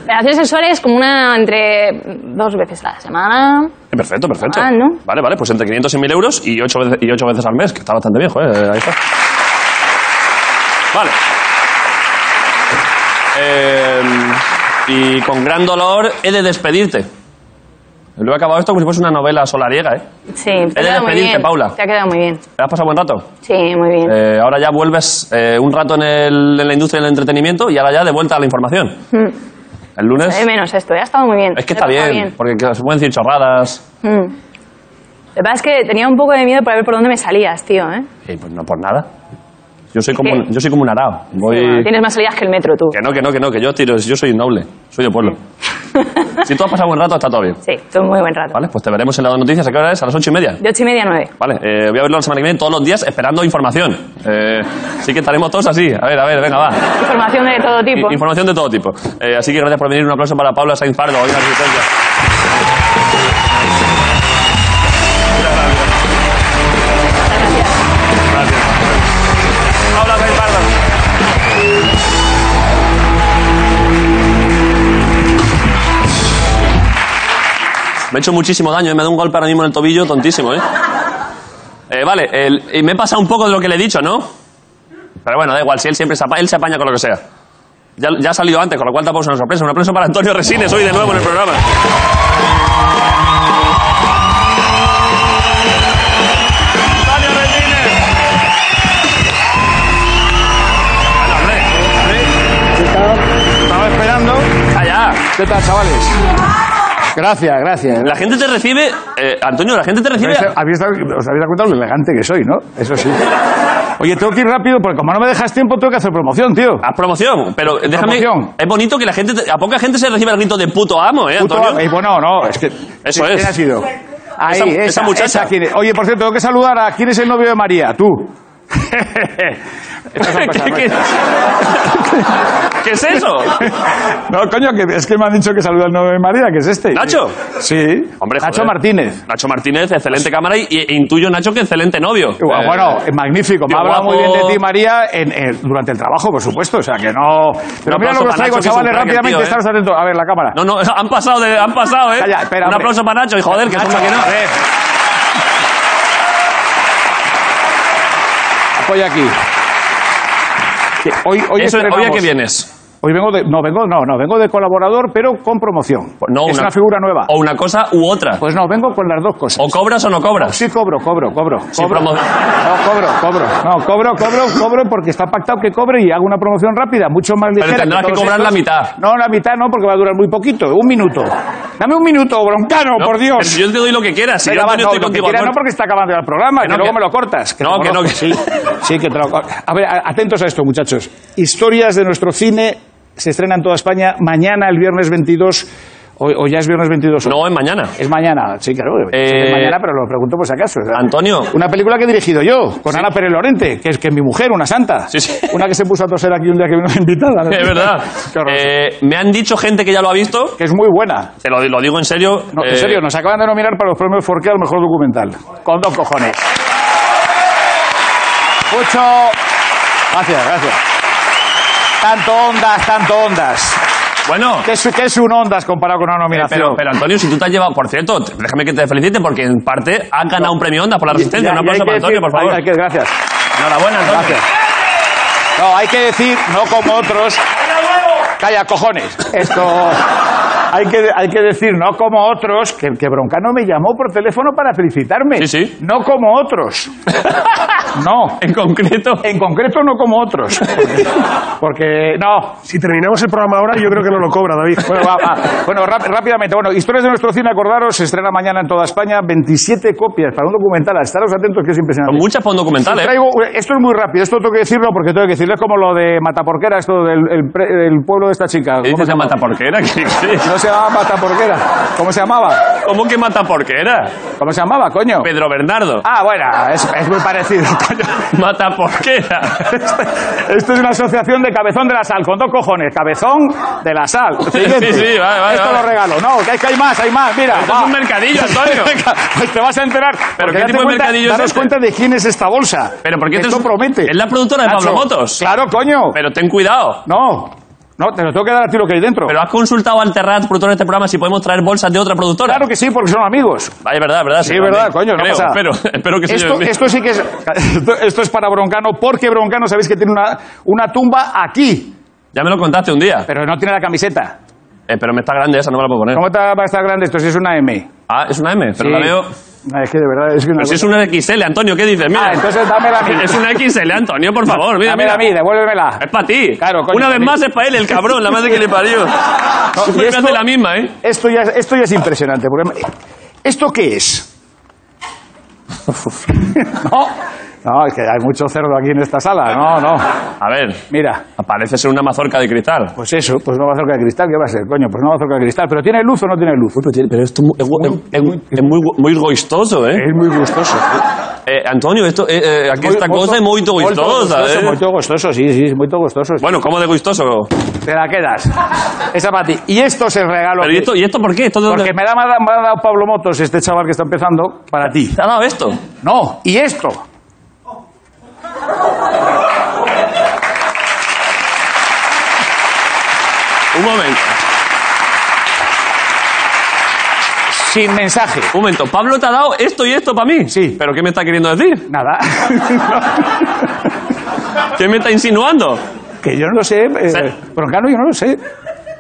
S6: Relaciones sexuales como una entre dos veces a la semana.
S1: Eh, Perfecto, perfecto.
S6: Ah, ¿no?
S1: Vale, vale, pues entre 500 y 1000 euros y 8 veces, y ocho veces al mes, que está bastante bien, joder, ahí está. Vale. Eh, y con gran dolor he de despedirte. Lo he acabado esto como si fuese una novela solariega, ¿eh?
S6: Sí, te
S1: He
S6: ha
S1: de
S6: quedado muy
S1: despedirte,
S6: bien.
S1: Paula.
S6: Te ha quedado muy bien.
S1: ¿Te has pasado buen rato?
S6: Sí, muy bien.
S1: Eh, ahora ya vuelves eh, un rato en, el- en la industria del entretenimiento y ahora ya de vuelta a la información. El lunes...
S6: Eh, menos esto, ¿eh? ha estado muy bien.
S1: Es que
S6: Lo
S1: está
S6: he pasado
S1: bien, porque que se pueden decir chorradas.
S6: Mm. Lo que pasa es que tenía un poco de miedo para ver por dónde me salías, tío. ¿eh?
S1: Y pues no por nada. Yo soy como
S6: ¿Qué?
S1: un, yo soy como un arao. Voy
S6: Tienes más salidas que el metro, tú.
S1: que no, que no, que no, que yo tiro, yo soy noble, soy de pueblo. si tú has pasado buen rato está todo bien.
S6: Sí, todo muy buen rato.
S1: Vale, pues te veremos en las noticias. ¿A qué hora es? A las ocho y media.
S6: De ocho y media a nueve.
S1: Vale, eh, voy a verlo la semana que viene todos los días esperando información. Eh, así que estaremos todos así. A ver, a ver, venga, va.
S6: Información de todo tipo.
S1: I- Información de todo tipo. Eh, así que gracias por venir. Un aplauso para Paula Sainz Pardo. hoy en la Resistencia. Gracias. Paula Sainz Pardo. Me he hecho muchísimo daño, ¿eh? me ha dado un golpe ahora mismo en el tobillo, tontísimo, ¿eh? Eh, vale, el- y me he pasado un poco de lo que le he dicho, ¿no? Pero bueno, da igual, si él siempre se apa- él se apaña con lo que sea. Ya, ya ha salido antes, con lo cual tampoco es una sorpresa. Un aplauso para Antonio Resines hoy de nuevo en el programa. ¡Antonio Resines! Bueno, hombre,
S10: Estaba esperando.
S1: calla.
S10: ¿Qué tal, chavales? Gracias, gracias.
S1: La gente te recibe... eh, Antonio, la gente te recibe...
S10: ¿Habéis, habéis dado- os habéis dado cuenta lo elegante que soy, ¿no? Eso sí. Oye, tengo que ir rápido porque como no me dejas tiempo, tengo que hacer promoción, tío.
S1: Haz promoción, pero déjame...
S10: Promoción.
S1: Es bonito que la gente... te- a poca gente se recibe el grito de puto amo, ¿eh,
S10: Puto-
S1: Antonio?
S10: eh, bueno, no, es que.
S1: Eso
S10: ¿quién
S1: es.
S10: ha sido? Ahí,
S1: Esa- esa muchacha.
S10: ¿quién es? Oye, por cierto, tengo que saludar a. ¿Quién es el novio de María? Tú. Estas son cosas,
S1: ¿Qué,
S10: ¿no?
S1: qué- ¿Qué es eso?
S10: No, coño, que es que me han dicho que saluda al novio de María, que es este.
S1: ¿Nacho?
S10: Sí.
S1: Hombre,
S10: Nacho
S1: joder. Eh.
S10: Martínez.
S1: Nacho Martínez, excelente cámara y, e intuyo, Nacho, que excelente novio.
S10: Bueno,
S1: Eh,
S10: Bueno, magnífico. Me
S1: tío
S10: ha hablado muy bien
S1: guapo.
S10: de ti, María, en- en- durante el trabajo, por supuesto. O sea, que no... Pero mira
S1: aplauso
S10: lo que
S1: para
S10: os
S1: Nacho,
S10: traigo,
S1: que es un crack
S10: chavales,
S1: el
S10: rápidamente.
S1: tío, ¿eh?
S10: Estaros atentos. A ver, la cámara.
S1: No, no, han pasado, de, han pasado, ¿eh?
S10: Calla, espera,
S1: Un
S10: hombre.
S1: aplauso para Nacho y joder, que
S10: Nacho,
S1: sepa que no.
S10: a ver. Apoya aquí. Que Hoy, hoy,
S1: Eso,
S10: estrenamos-
S1: hoy a qué vienes.
S10: Hoy vengo de... No, vengo, no, no, vengo de colaborador, pero con promoción.
S1: Pues No,
S10: es una, figura nueva.
S1: O una cosa u otra.
S10: Pues no, vengo con las dos cosas.
S1: O cobras o no cobras.
S10: Sí, cobro, cobro, cobro.
S1: Sin
S10: cobro.
S1: promo-
S10: No, cobro, cobro. No, cobro, cobro, cobro porque está pactado que cobre y hago una promoción rápida, mucho más ligera.
S1: tendrás que
S10: todos
S1: cobrar la mitad.
S10: No, la mitad no, porque va a durar muy poquito, un minuto. Dame un minuto, broncano,
S1: No,
S10: Oh, por Dios.
S1: pero yo te doy lo que quieras. Si
S10: Venga,
S1: yo,
S10: va,
S1: Antonio,
S10: no,
S1: estoy
S10: lo que
S1: contigo.
S10: quieras no
S1: Antonio.
S10: porque está acabando el programa,
S1: Que
S10: que,
S1: no,
S10: luego
S1: que-
S10: me lo cortas.
S1: No,
S10: te
S1: que
S10: lo
S1: no, que-
S10: corto. Sí, sí, que te lo co- A ver, a- atentos a esto, muchachos. Historias de nuestro cine se estrena en toda España mañana, el viernes 22, o, o ya es viernes 22.
S1: No, es mañana.
S10: Es mañana, sí, claro.
S1: Eh,
S10: es mañana, pero lo pregunto por si acaso.
S1: Antonio.
S10: Una película que he dirigido yo, con Ana Pérez Lorente, que es, que es mi mujer, una santa.
S1: Sí, sí.
S10: Una que se puso a toser aquí un día que vino invitada.
S1: Es verdad.
S10: Qué horror.
S1: Eh, me han dicho gente que ya lo ha visto.
S10: Que es muy buena.
S1: Te lo, lo digo en serio.
S10: No,
S1: eh,
S10: en serio, nos acaban de nominar para los premios Forqué al mejor documental. Con dos cojones. Mucho. Gracias, gracias. Tanto ondas, tanto ondas.
S1: Bueno.
S10: ¿Qué es, qué es un ondas comparado con una nominación?
S1: Pero, pero Antonio, si tú te has llevado, por cierto, te- déjame que te felicite porque en parte has ganado un premio Onda por la resistencia.
S10: Ya,
S1: Un
S10: ya
S1: aplauso
S10: hay que
S1: para Antonio, por
S10: decir-
S1: favor.
S10: hay- hay que- gracias.
S1: Enhorabuena, Antonio.
S10: Gracias. No, hay que decir, no como otros. Calla, cojones. Esto. hay, que, hay que decir, no como otros, que, que Broncano me llamó por teléfono para felicitarme.
S1: Sí, sí.
S10: No como otros. No.
S1: En concreto.
S10: En concreto, no como otros. Porque, no.
S3: Si terminamos el programa ahora, yo creo que no lo cobra, David.
S10: Bueno, va, va. Bueno, ráp- rápidamente. Bueno, Historias de nuestro cine, acordaros, se estrena mañana en toda España. 27 copias para un documental. Estaros atentos que es
S1: Con
S10: impresionante.
S1: muchas para un documental, ¿eh?
S10: Traigo- esto es muy rápido, esto tengo que decirlo porque tengo que decirlo. Es como lo de Mataporquera, esto del el pre- el pueblo de esta chica.
S1: ¿Qué dices
S10: ¿Cómo se
S1: de
S10: llama?
S1: mataporquera? ¿Qué- qué?
S10: Ah, No se llamaba Mataporquera. ¿Cómo se llamaba?
S1: ¿Cómo que mataporquera?
S10: ¿Cómo se llamaba, coño?
S1: Pedro Bernardo.
S10: Ah, bueno, es, es muy parecido, coño.
S1: Mataporquera.
S10: Ah. Esto es una asociación de Cabezón de la Sal, con dos cojones. Cabezón de la Sal.
S1: Sí, sí, sí, vale, vale,
S10: Esto
S1: vale.
S10: lo regalo. No, que hay, que hay más, hay más, mira.
S1: Esto es
S10: va. pues
S1: un mercadillo, Antonio.
S10: Te vas a enterar. porque
S1: qué
S10: date
S1: tipo de
S10: cuenta,
S1: mercadillo es
S10: darás
S1: este?
S10: cuenta de quién es esta bolsa.
S1: Pero ¿por qué
S10: Esto
S1: te-
S10: promete.
S1: Es la productora de Pablo Motos.
S10: Claro, coño.
S1: Pero ten cuidado.
S10: No, no, te lo tengo que dar a ti lo que hay dentro.
S1: Pero has consultado al Terrat, productor de este programa, si podemos traer bolsas de otra productora.
S10: Claro que sí, porque son amigos.
S1: Ah, es verdad, verdad.
S10: Sí, es verdad, coño, no
S1: Creo,
S10: pasa nada.
S1: espero, espero que se
S10: esto,
S1: lleven bien.
S10: esto sí que es, esto, esto es para Broncano, porque Broncano sabéis que tiene una, una tumba aquí,
S1: Ya me lo contaste un día.
S10: pero no tiene la camiseta.
S1: Eh, pero me está grande esa, no me la puedo poner.
S10: ¿Cómo está, va a estar grande esto? Si es una M.
S1: Ah, es una M, pero
S10: Sí.
S1: la veo...
S10: Ah, Es que de verdad es que una
S1: Pero si es
S10: cosa-
S1: una XL, Antonio, ¿qué dices? Mira,
S10: Ah, entonces dámela a mí.
S1: es una XL, Antonio, por favor. Mira, mira.
S10: Dámela a mí, devuélvemela.
S1: Es para ti.
S10: Claro, coño,
S1: Una vez
S10: también.
S1: más es para él, el cabrón, la madre que le parió.
S10: No,
S1: Siempre
S10: y
S1: me
S10: esto-
S1: hace la misma, ¿eh?
S10: Esto ya, es- esto ya es impresionante. Porque, ¿Esto qué es? no, no, es que hay mucho cerdo aquí en esta sala. No, no.
S1: A ver,
S10: Mira,
S1: aparece ser una mazorca de cristal.
S10: pues eso, pues no va a cerca de cristal. ¿Qué va a ser, coño? Pues no va a cerca de cristal. ¿Pero tiene luz o no tiene luz?
S1: Pero esto es muy, goistoso, ¿eh?
S10: Es muy gustoso.
S1: Antonio, esto, eh, eh, aquí
S10: Muy-
S1: esta
S10: molto-
S1: cosa es muy
S10: molto
S1: goistosa,
S10: gustoso,
S1: ¿eh?
S10: molto gustoso, sí, sí, muy gustoso.
S1: Bueno, ¿cómo de goistoso?
S10: Te la quedas. Esa para ti. Y esto es el regalo.
S1: Pero
S10: que-
S1: ¿y esto, ¿y esto por qué? ¿Esto de dónde-
S10: Porque me da- me ha dado, me ha dado Pablo Motos, este chaval que está empezando, para ti.
S1: ¿Te ha dado esto?
S10: No, y esto.
S1: Un momento,
S10: Sin mensaje.
S1: un momento. Pablo te ha dado esto y esto para mí.
S10: Sí.
S1: ¿Pero qué me está queriendo decir?
S10: Nada.
S1: ¿Qué me está insinuando?
S10: que yo no lo sé. Eh,
S1: Sí.
S10: Broncano, yo no lo sé.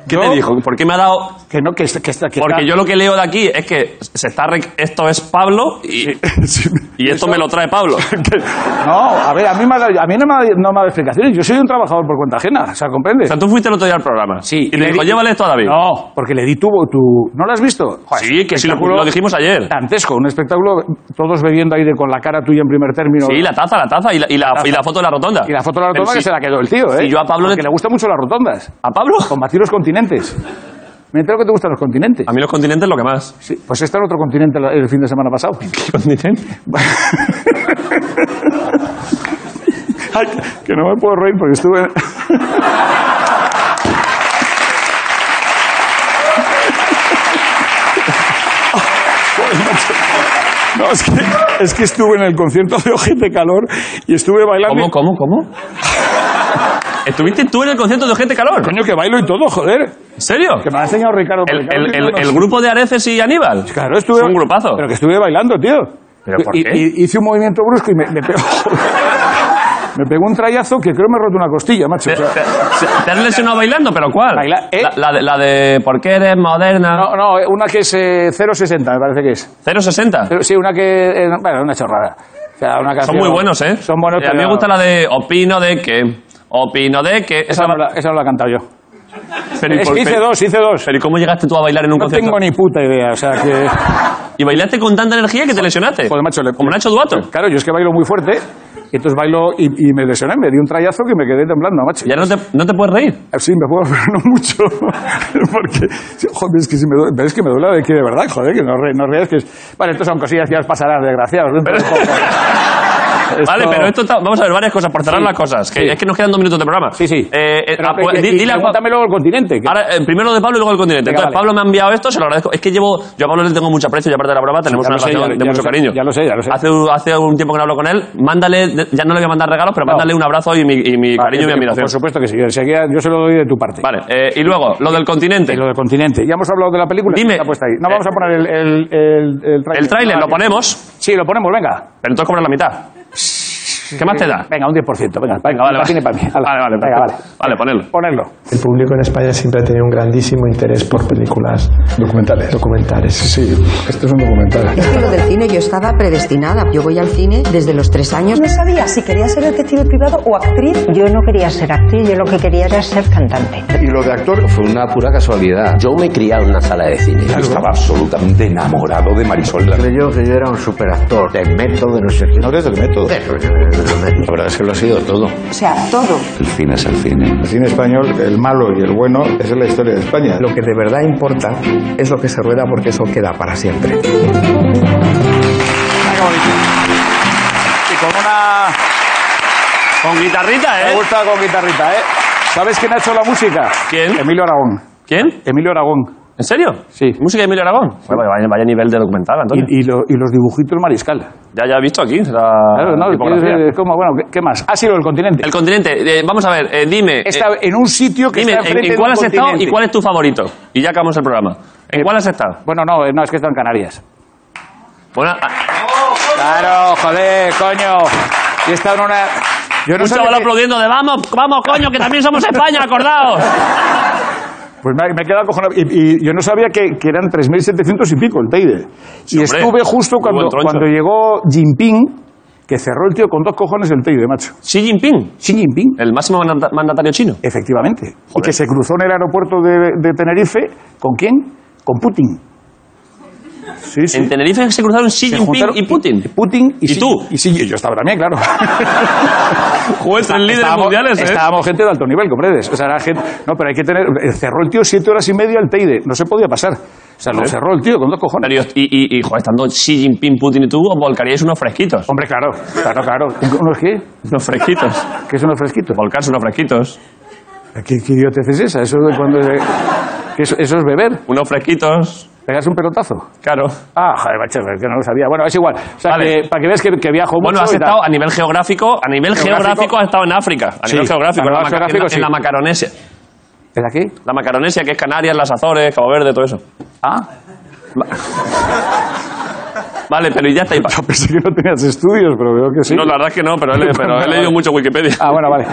S1: ¿Qué
S10: Yo-
S1: me dijo? ¿Por qué me ha dado
S10: Que no, que, que, que- que
S1: Porque
S10: está-
S1: yo lo que leo de aquí es que se está rec- esto es Pablo y,
S10: Sí.
S1: y esto me lo trae Pablo. o
S10: No, a ver, a mí, me ha dado- a mí no, me ha, dado- no me ha dado explicaciones. Yo soy un trabajador por cuenta ajena, o sea, ¿comprendes?
S1: sea, tú fuiste el otro día al programa.
S10: Sí,
S1: Y le
S10: le
S1: dijo,
S10: di-
S1: llévale esto a David.
S10: No, porque le di tu... tu... ¿No lo has visto? Joder,
S1: sí, que sí, lo,
S10: espectáculo
S1: lo dijimos ayer.
S10: Dantesco, un espectáculo, todos bebiendo ahí de, con la cara tuya en primer término.
S1: Sí, la taza, la taza y la, y la-
S10: taza.
S1: y la foto de la rotonda.
S10: Y la foto de la
S1: Pero
S10: rotonda que
S1: sí.
S10: se la quedó el tío, ¿eh?
S1: Sí, yo a Pablo le-
S10: Porque le gustan mucho las rotondas.
S1: ¿A Pablo?
S10: Combatir los continentes. Me entero que te gustan los continentes.
S1: A mí los continentes lo que más.
S10: Sí, pues está en otro continente la- el fin de semana pasado.
S1: ¿Qué continente?
S10: Ay, que no me puedo reír porque estuve... No, es que, es que estuve en el concierto de Ojete Calor y estuve bailando.
S1: ¿Cómo, cómo, cómo? ¿Estuviste tú en el concierto de Gente Calor?
S10: Coño, que bailo y todo, joder.
S1: ¿En serio?
S10: Que me ha enseñado Ricardo.
S1: El,
S10: Ricardo
S1: el-
S10: tiene
S1: el-
S10: unos-
S1: el grupo de Areces y Aníbal.
S10: Claro, estuve.
S1: Es un grupazo.
S10: Pero que estuve bailando, tío.
S1: ¿Pero por
S10: Y-
S1: qué?
S10: y- hice un movimiento brusco y me, me pegó. me pegó un trayazo que creo me he roto una costilla, macho.
S1: Te,
S10: O sea,
S1: te- te has lesionado bailando, pero ¿cuál?
S10: Baila- ¿eh?
S1: la, la de, la de ¿por qué eres moderna?
S10: no, no, eh, una que es eh, 0,60, me parece que es.
S1: 060.
S10: Pero sí, una que. eh, bueno, una chorrada. O sea, una
S1: Son
S10: canción-
S1: muy buenos, ¿eh?
S10: Son buenos,
S1: Eh, A mí me
S10: pero-
S1: gusta la de opino de que, opino de que.
S10: Esa
S1: Esa
S10: no,
S1: va-
S10: la, esa no la he cantado yo.
S1: Pero, ¿y
S10: Es
S1: por
S10: que
S1: qué?
S10: hice dos, hice dos.
S1: Pero, ¿y cómo llegaste tú a bailar en un
S10: No
S1: concierto?
S10: tengo ni puta idea, o sea que.
S1: Y bailaste con tanta energía
S10: Pues,
S1: que te lesionaste.
S10: Joder, macho, le-
S1: Como Nacho Duato.
S10: Claro, yo es que bailo muy fuerte, y entonces bailo y, y me lesioné, me di un trayazo que me quedé temblando, macho.
S1: Ya no te, no te puedes reír.
S10: Sí, me puedo, pero no mucho. Porque, joder, es que, si me duele, pero es que me duele de aquí de verdad, joder, que no, re, no reas. Que es... Vale, esto son cosillas que ya os pasarán, desgraciados. dentro de poco.
S1: Vale, pero esto está- vamos a ver varias cosas, por cerrar
S10: Sí,
S1: las cosas. Que
S10: sí.
S1: Es que nos quedan dos minutos de programa.
S10: Sí, sí.
S1: Eh, eh,
S10: Pero,
S1: ah, pues,
S10: y-
S1: di-
S10: y
S1: dile a-
S10: pregúntame luego el continente. que-
S1: Ahora, eh, primero de Pablo y luego el continente.
S10: Venga,
S1: Entonces,
S10: vale.
S1: Pablo me ha enviado esto, se lo agradezco. Es que llevo, yo a Pablo le tengo mucho aprecio y aparte de la broma tenemos
S10: Ya
S1: una
S10: lo sé,
S1: relación
S10: ya lo-
S1: de
S10: ya
S1: mucho
S10: lo sé,
S1: cariño.
S10: ya lo sé, ya lo sé.
S1: Hace, un- hace un tiempo que no hablo con él. Mándale, de- ya no le voy a mandar regalos, pero
S10: No.
S1: mándale un abrazo y mi, y mi
S10: Vale,
S1: cariño y mi
S10: por-
S1: admiración.
S10: Por supuesto que sí, yo, enseguida yo se lo doy de tu parte.
S1: Vale, eh, y luego, lo del continente.
S10: Y lo del continente. Ya hemos hablado de la película.
S1: Dime.
S10: Está puesta ahí. No,
S1: Eh,
S10: vamos a poner el, el, el, tráiler.
S1: El tráiler
S10: Vale.
S1: lo ponemos,
S10: Sí, lo ponemos, venga.
S1: pero entonces cobras la mitad. ¿Qué más te da?
S10: Venga, un 10%. Venga, venga,
S1: vale,
S10: Tiene
S1: vale.
S10: para mí. Hala.
S1: Vale, vale,
S10: Venga,
S1: perfecto.
S10: vale.
S1: Vale, ponedlo.
S10: Ponerlo.
S11: El público en España siempre ha tenido un grandísimo interés por películas. Documentales. Documentales. Sí, esto es un documental.
S12: Es que lo del cine yo estaba predestinada. Yo voy al cine desde los tres años.
S13: No sabía si quería ser detective privado o actriz.
S14: Yo no quería ser actriz, yo lo que quería era ser cantante.
S15: Y lo de actor fue una pura casualidad. Yo me he criado en una sala de cine. Yo estaba absolutamente enamorado de Marisol. Creyó que yo era un superactor. Del método, de no sé qué. No eres del método. La verdad es que lo ha sido todo.
S13: O sea, todo.
S15: El cine es el cine.
S16: El cine español, el malo y el bueno, esa es la historia de España. Lo que de verdad importa es lo que se rueda porque eso queda para siempre.
S10: Y con una.
S1: Con guitarrita, ¿eh?
S10: Me gusta con guitarrita, ¿eh? ¿Sabes quién ha hecho la música? ¿Quién? Emilio Aragón.
S1: ¿Quién?
S10: Emilio Aragón.
S1: ¿En serio?
S10: Sí.
S1: ¿Música de Emilio Aragón? Bueno, vaya, vaya nivel de documental, Antonio.
S10: Y, y lo- y los dibujitos mariscal.
S1: Ya, ya he visto aquí la
S10: Claro, ¿no? eh,
S1: tipografía.
S10: ¿Qué- ¿Cómo? Bueno, ¿qué, qué más? Ha sido el continente.
S1: El continente, eh, vamos a ver, eh, dime.
S10: Está en un sitio que
S1: dime,
S10: está
S1: ¿en-
S10: frente
S1: ¿en, cuál
S10: de
S1: has
S10: un
S1: estado y
S10: continente. Eh,
S1: cuál es tu favorito? Y ya acabamos el programa. ¿En cuál has estado? Pues
S10: Bueno, no, eh, no, es que está en Canarias.
S1: Bueno, a-
S10: Claro, joder, coño. Y está en una. Yo
S1: un
S10: sabía
S1: chaval
S10: que-
S1: aplaudiendo de vamos, vamos, coño, que también somos España, acordaos.
S10: Pues me, ha- me he quedado acojonado. Y, y yo no sabía que, que eran 3.700 y pico el Teide. Y
S1: hombre,
S10: estuve justo
S1: muy
S10: cuando,
S1: buen troncho.
S10: cuando llegó Jinping, que cerró el tío con dos cojones el Teide, macho.
S1: Xi Jinping,
S10: Xi Jinping,
S1: el máximo manda- mandatario chino.
S10: efectivamente. Y que se cruzó en el aeropuerto de, de Tenerife, ¿con quién? Con Putin. Sí, sí.
S1: En Tenerife se cruzaron Xi
S10: Se
S1: Jinping
S10: juntaron-
S1: y Putin.
S10: Putin y,
S1: ¿Y
S10: Xi-
S1: tú?
S10: Y Xi- yo estaba también, claro.
S1: Joder, tres líderes
S10: estábamos,
S1: mundiales, ¿eh?
S10: estábamos gente de alto nivel, comprendes. O sea, era gente. No, pero hay que tener. Cerró el tío siete horas y media el Teide. No se podía pasar. O sea, lo
S1: Joder.
S10: cerró el tío con dos cojones.
S1: ¿Eh? Pero, y, y, y, joder, estando Xi Jinping, Putin y tú, os volcaríais unos fresquitos.
S10: Hombre, claro, claro, claro. ¿Unos qué?
S1: Unos fresquitos.
S10: ¿Qué son los fresquitos?
S1: Volcarse unos fresquitos.
S10: ¿Qué, qué idiotez es esa? Eso es de cuando. se- que eso, eso es beber.
S1: Unos fresquitos,
S10: Pegarse un pelotazo.
S1: claro.
S10: Ah, joder, macho, que no lo sabía. Bueno, es igual. O sea,
S1: Vale.
S10: que- para que veas que, que viajo mucho.
S1: Bueno, has
S10: y tal.
S1: estado a nivel geográfico, a nivel geográfico,
S10: Geográfico.
S1: has estado en África, a
S10: Sí,
S1: nivel geográfico,
S10: a
S1: en la,
S10: nivel
S1: maca- en la-
S10: geográfico,
S1: en la
S10: sí.
S1: Macaronesia.
S10: ¿Es aquí?
S1: La Macaronesia, que es Canarias, las Azores, Cabo Verde, todo eso.
S10: Ah.
S1: Vale, pero y ya está. y pa-
S10: Yo pensé que no tenías estudios, pero veo que sí.
S1: No, la verdad es que no, pero he, le- pero he leído mucho Wikipedia.
S10: Ah, bueno, vale.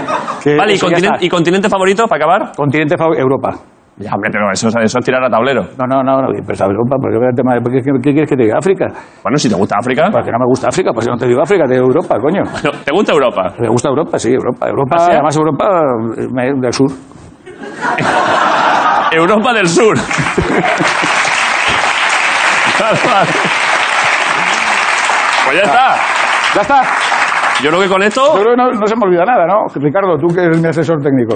S10: Que
S1: Vale, ¿y,
S10: eso ya
S1: continen-
S10: está.
S1: y continente favorito para acabar?
S10: Continente fav- Europa.
S1: Ya, hombre, pero eso, eso es tirar a tablero.
S10: No, no, no, no, pues Europa, porque el tema de, ¿por ¿qué, qué quieres que te diga? África.
S1: Bueno, si te gusta África.
S10: Porque no me gusta África, pues yo no te digo África, te digo Europa, coño.
S1: No, ¿Te gusta Europa?
S10: Me gusta Europa, sí, Europa. Europa,
S1: ¿Asia?
S10: además Europa eh, me- del sur.
S1: Europa del Sur. Vale, vale. pues ya está.
S10: Ya está.
S1: Yo creo que con esto.
S10: Yo creo que no, no se me olvida nada, ¿no? Ricardo, tú que eres mi asesor técnico.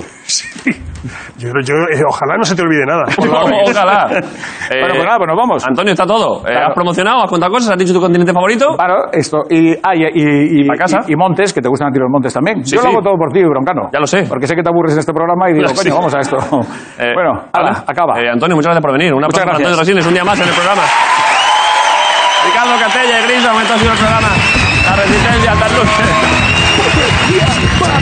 S16: Yo, yo, eh, ojalá no se te olvide nada.
S1: Ojalá. Eh,
S10: bueno, pues nada, pues nos vamos.
S1: Antonio, está todo. Eh,
S10: Claro.
S1: ¿Has promocionado? ¿Has contado cosas? ¿Has dicho tu continente favorito?
S10: Claro, esto. Y, ah, y, y, y-
S1: ¿Pa casa?
S10: y- y Montes, que te gustan a ti los Montes también.
S1: Sí,
S10: Yo
S1: sí.
S10: lo hago todo por ti, Broncano.
S1: Ya lo sé.
S10: Porque sé que te aburres en este programa y digo,
S1: Sí.
S10: coño, vamos a esto.
S1: Eh,
S10: bueno,
S1: nada.
S10: hala, acaba.
S1: Eh, Antonio, muchas gracias por venir. Un aplauso
S10: Muchas
S1: para Antonio
S10: gracias.
S1: Rosines, un día más en el programa. Ricardo Catella y Grisa, momento ha sido el programa. La resistencia, hasta el lunes.
S3: Para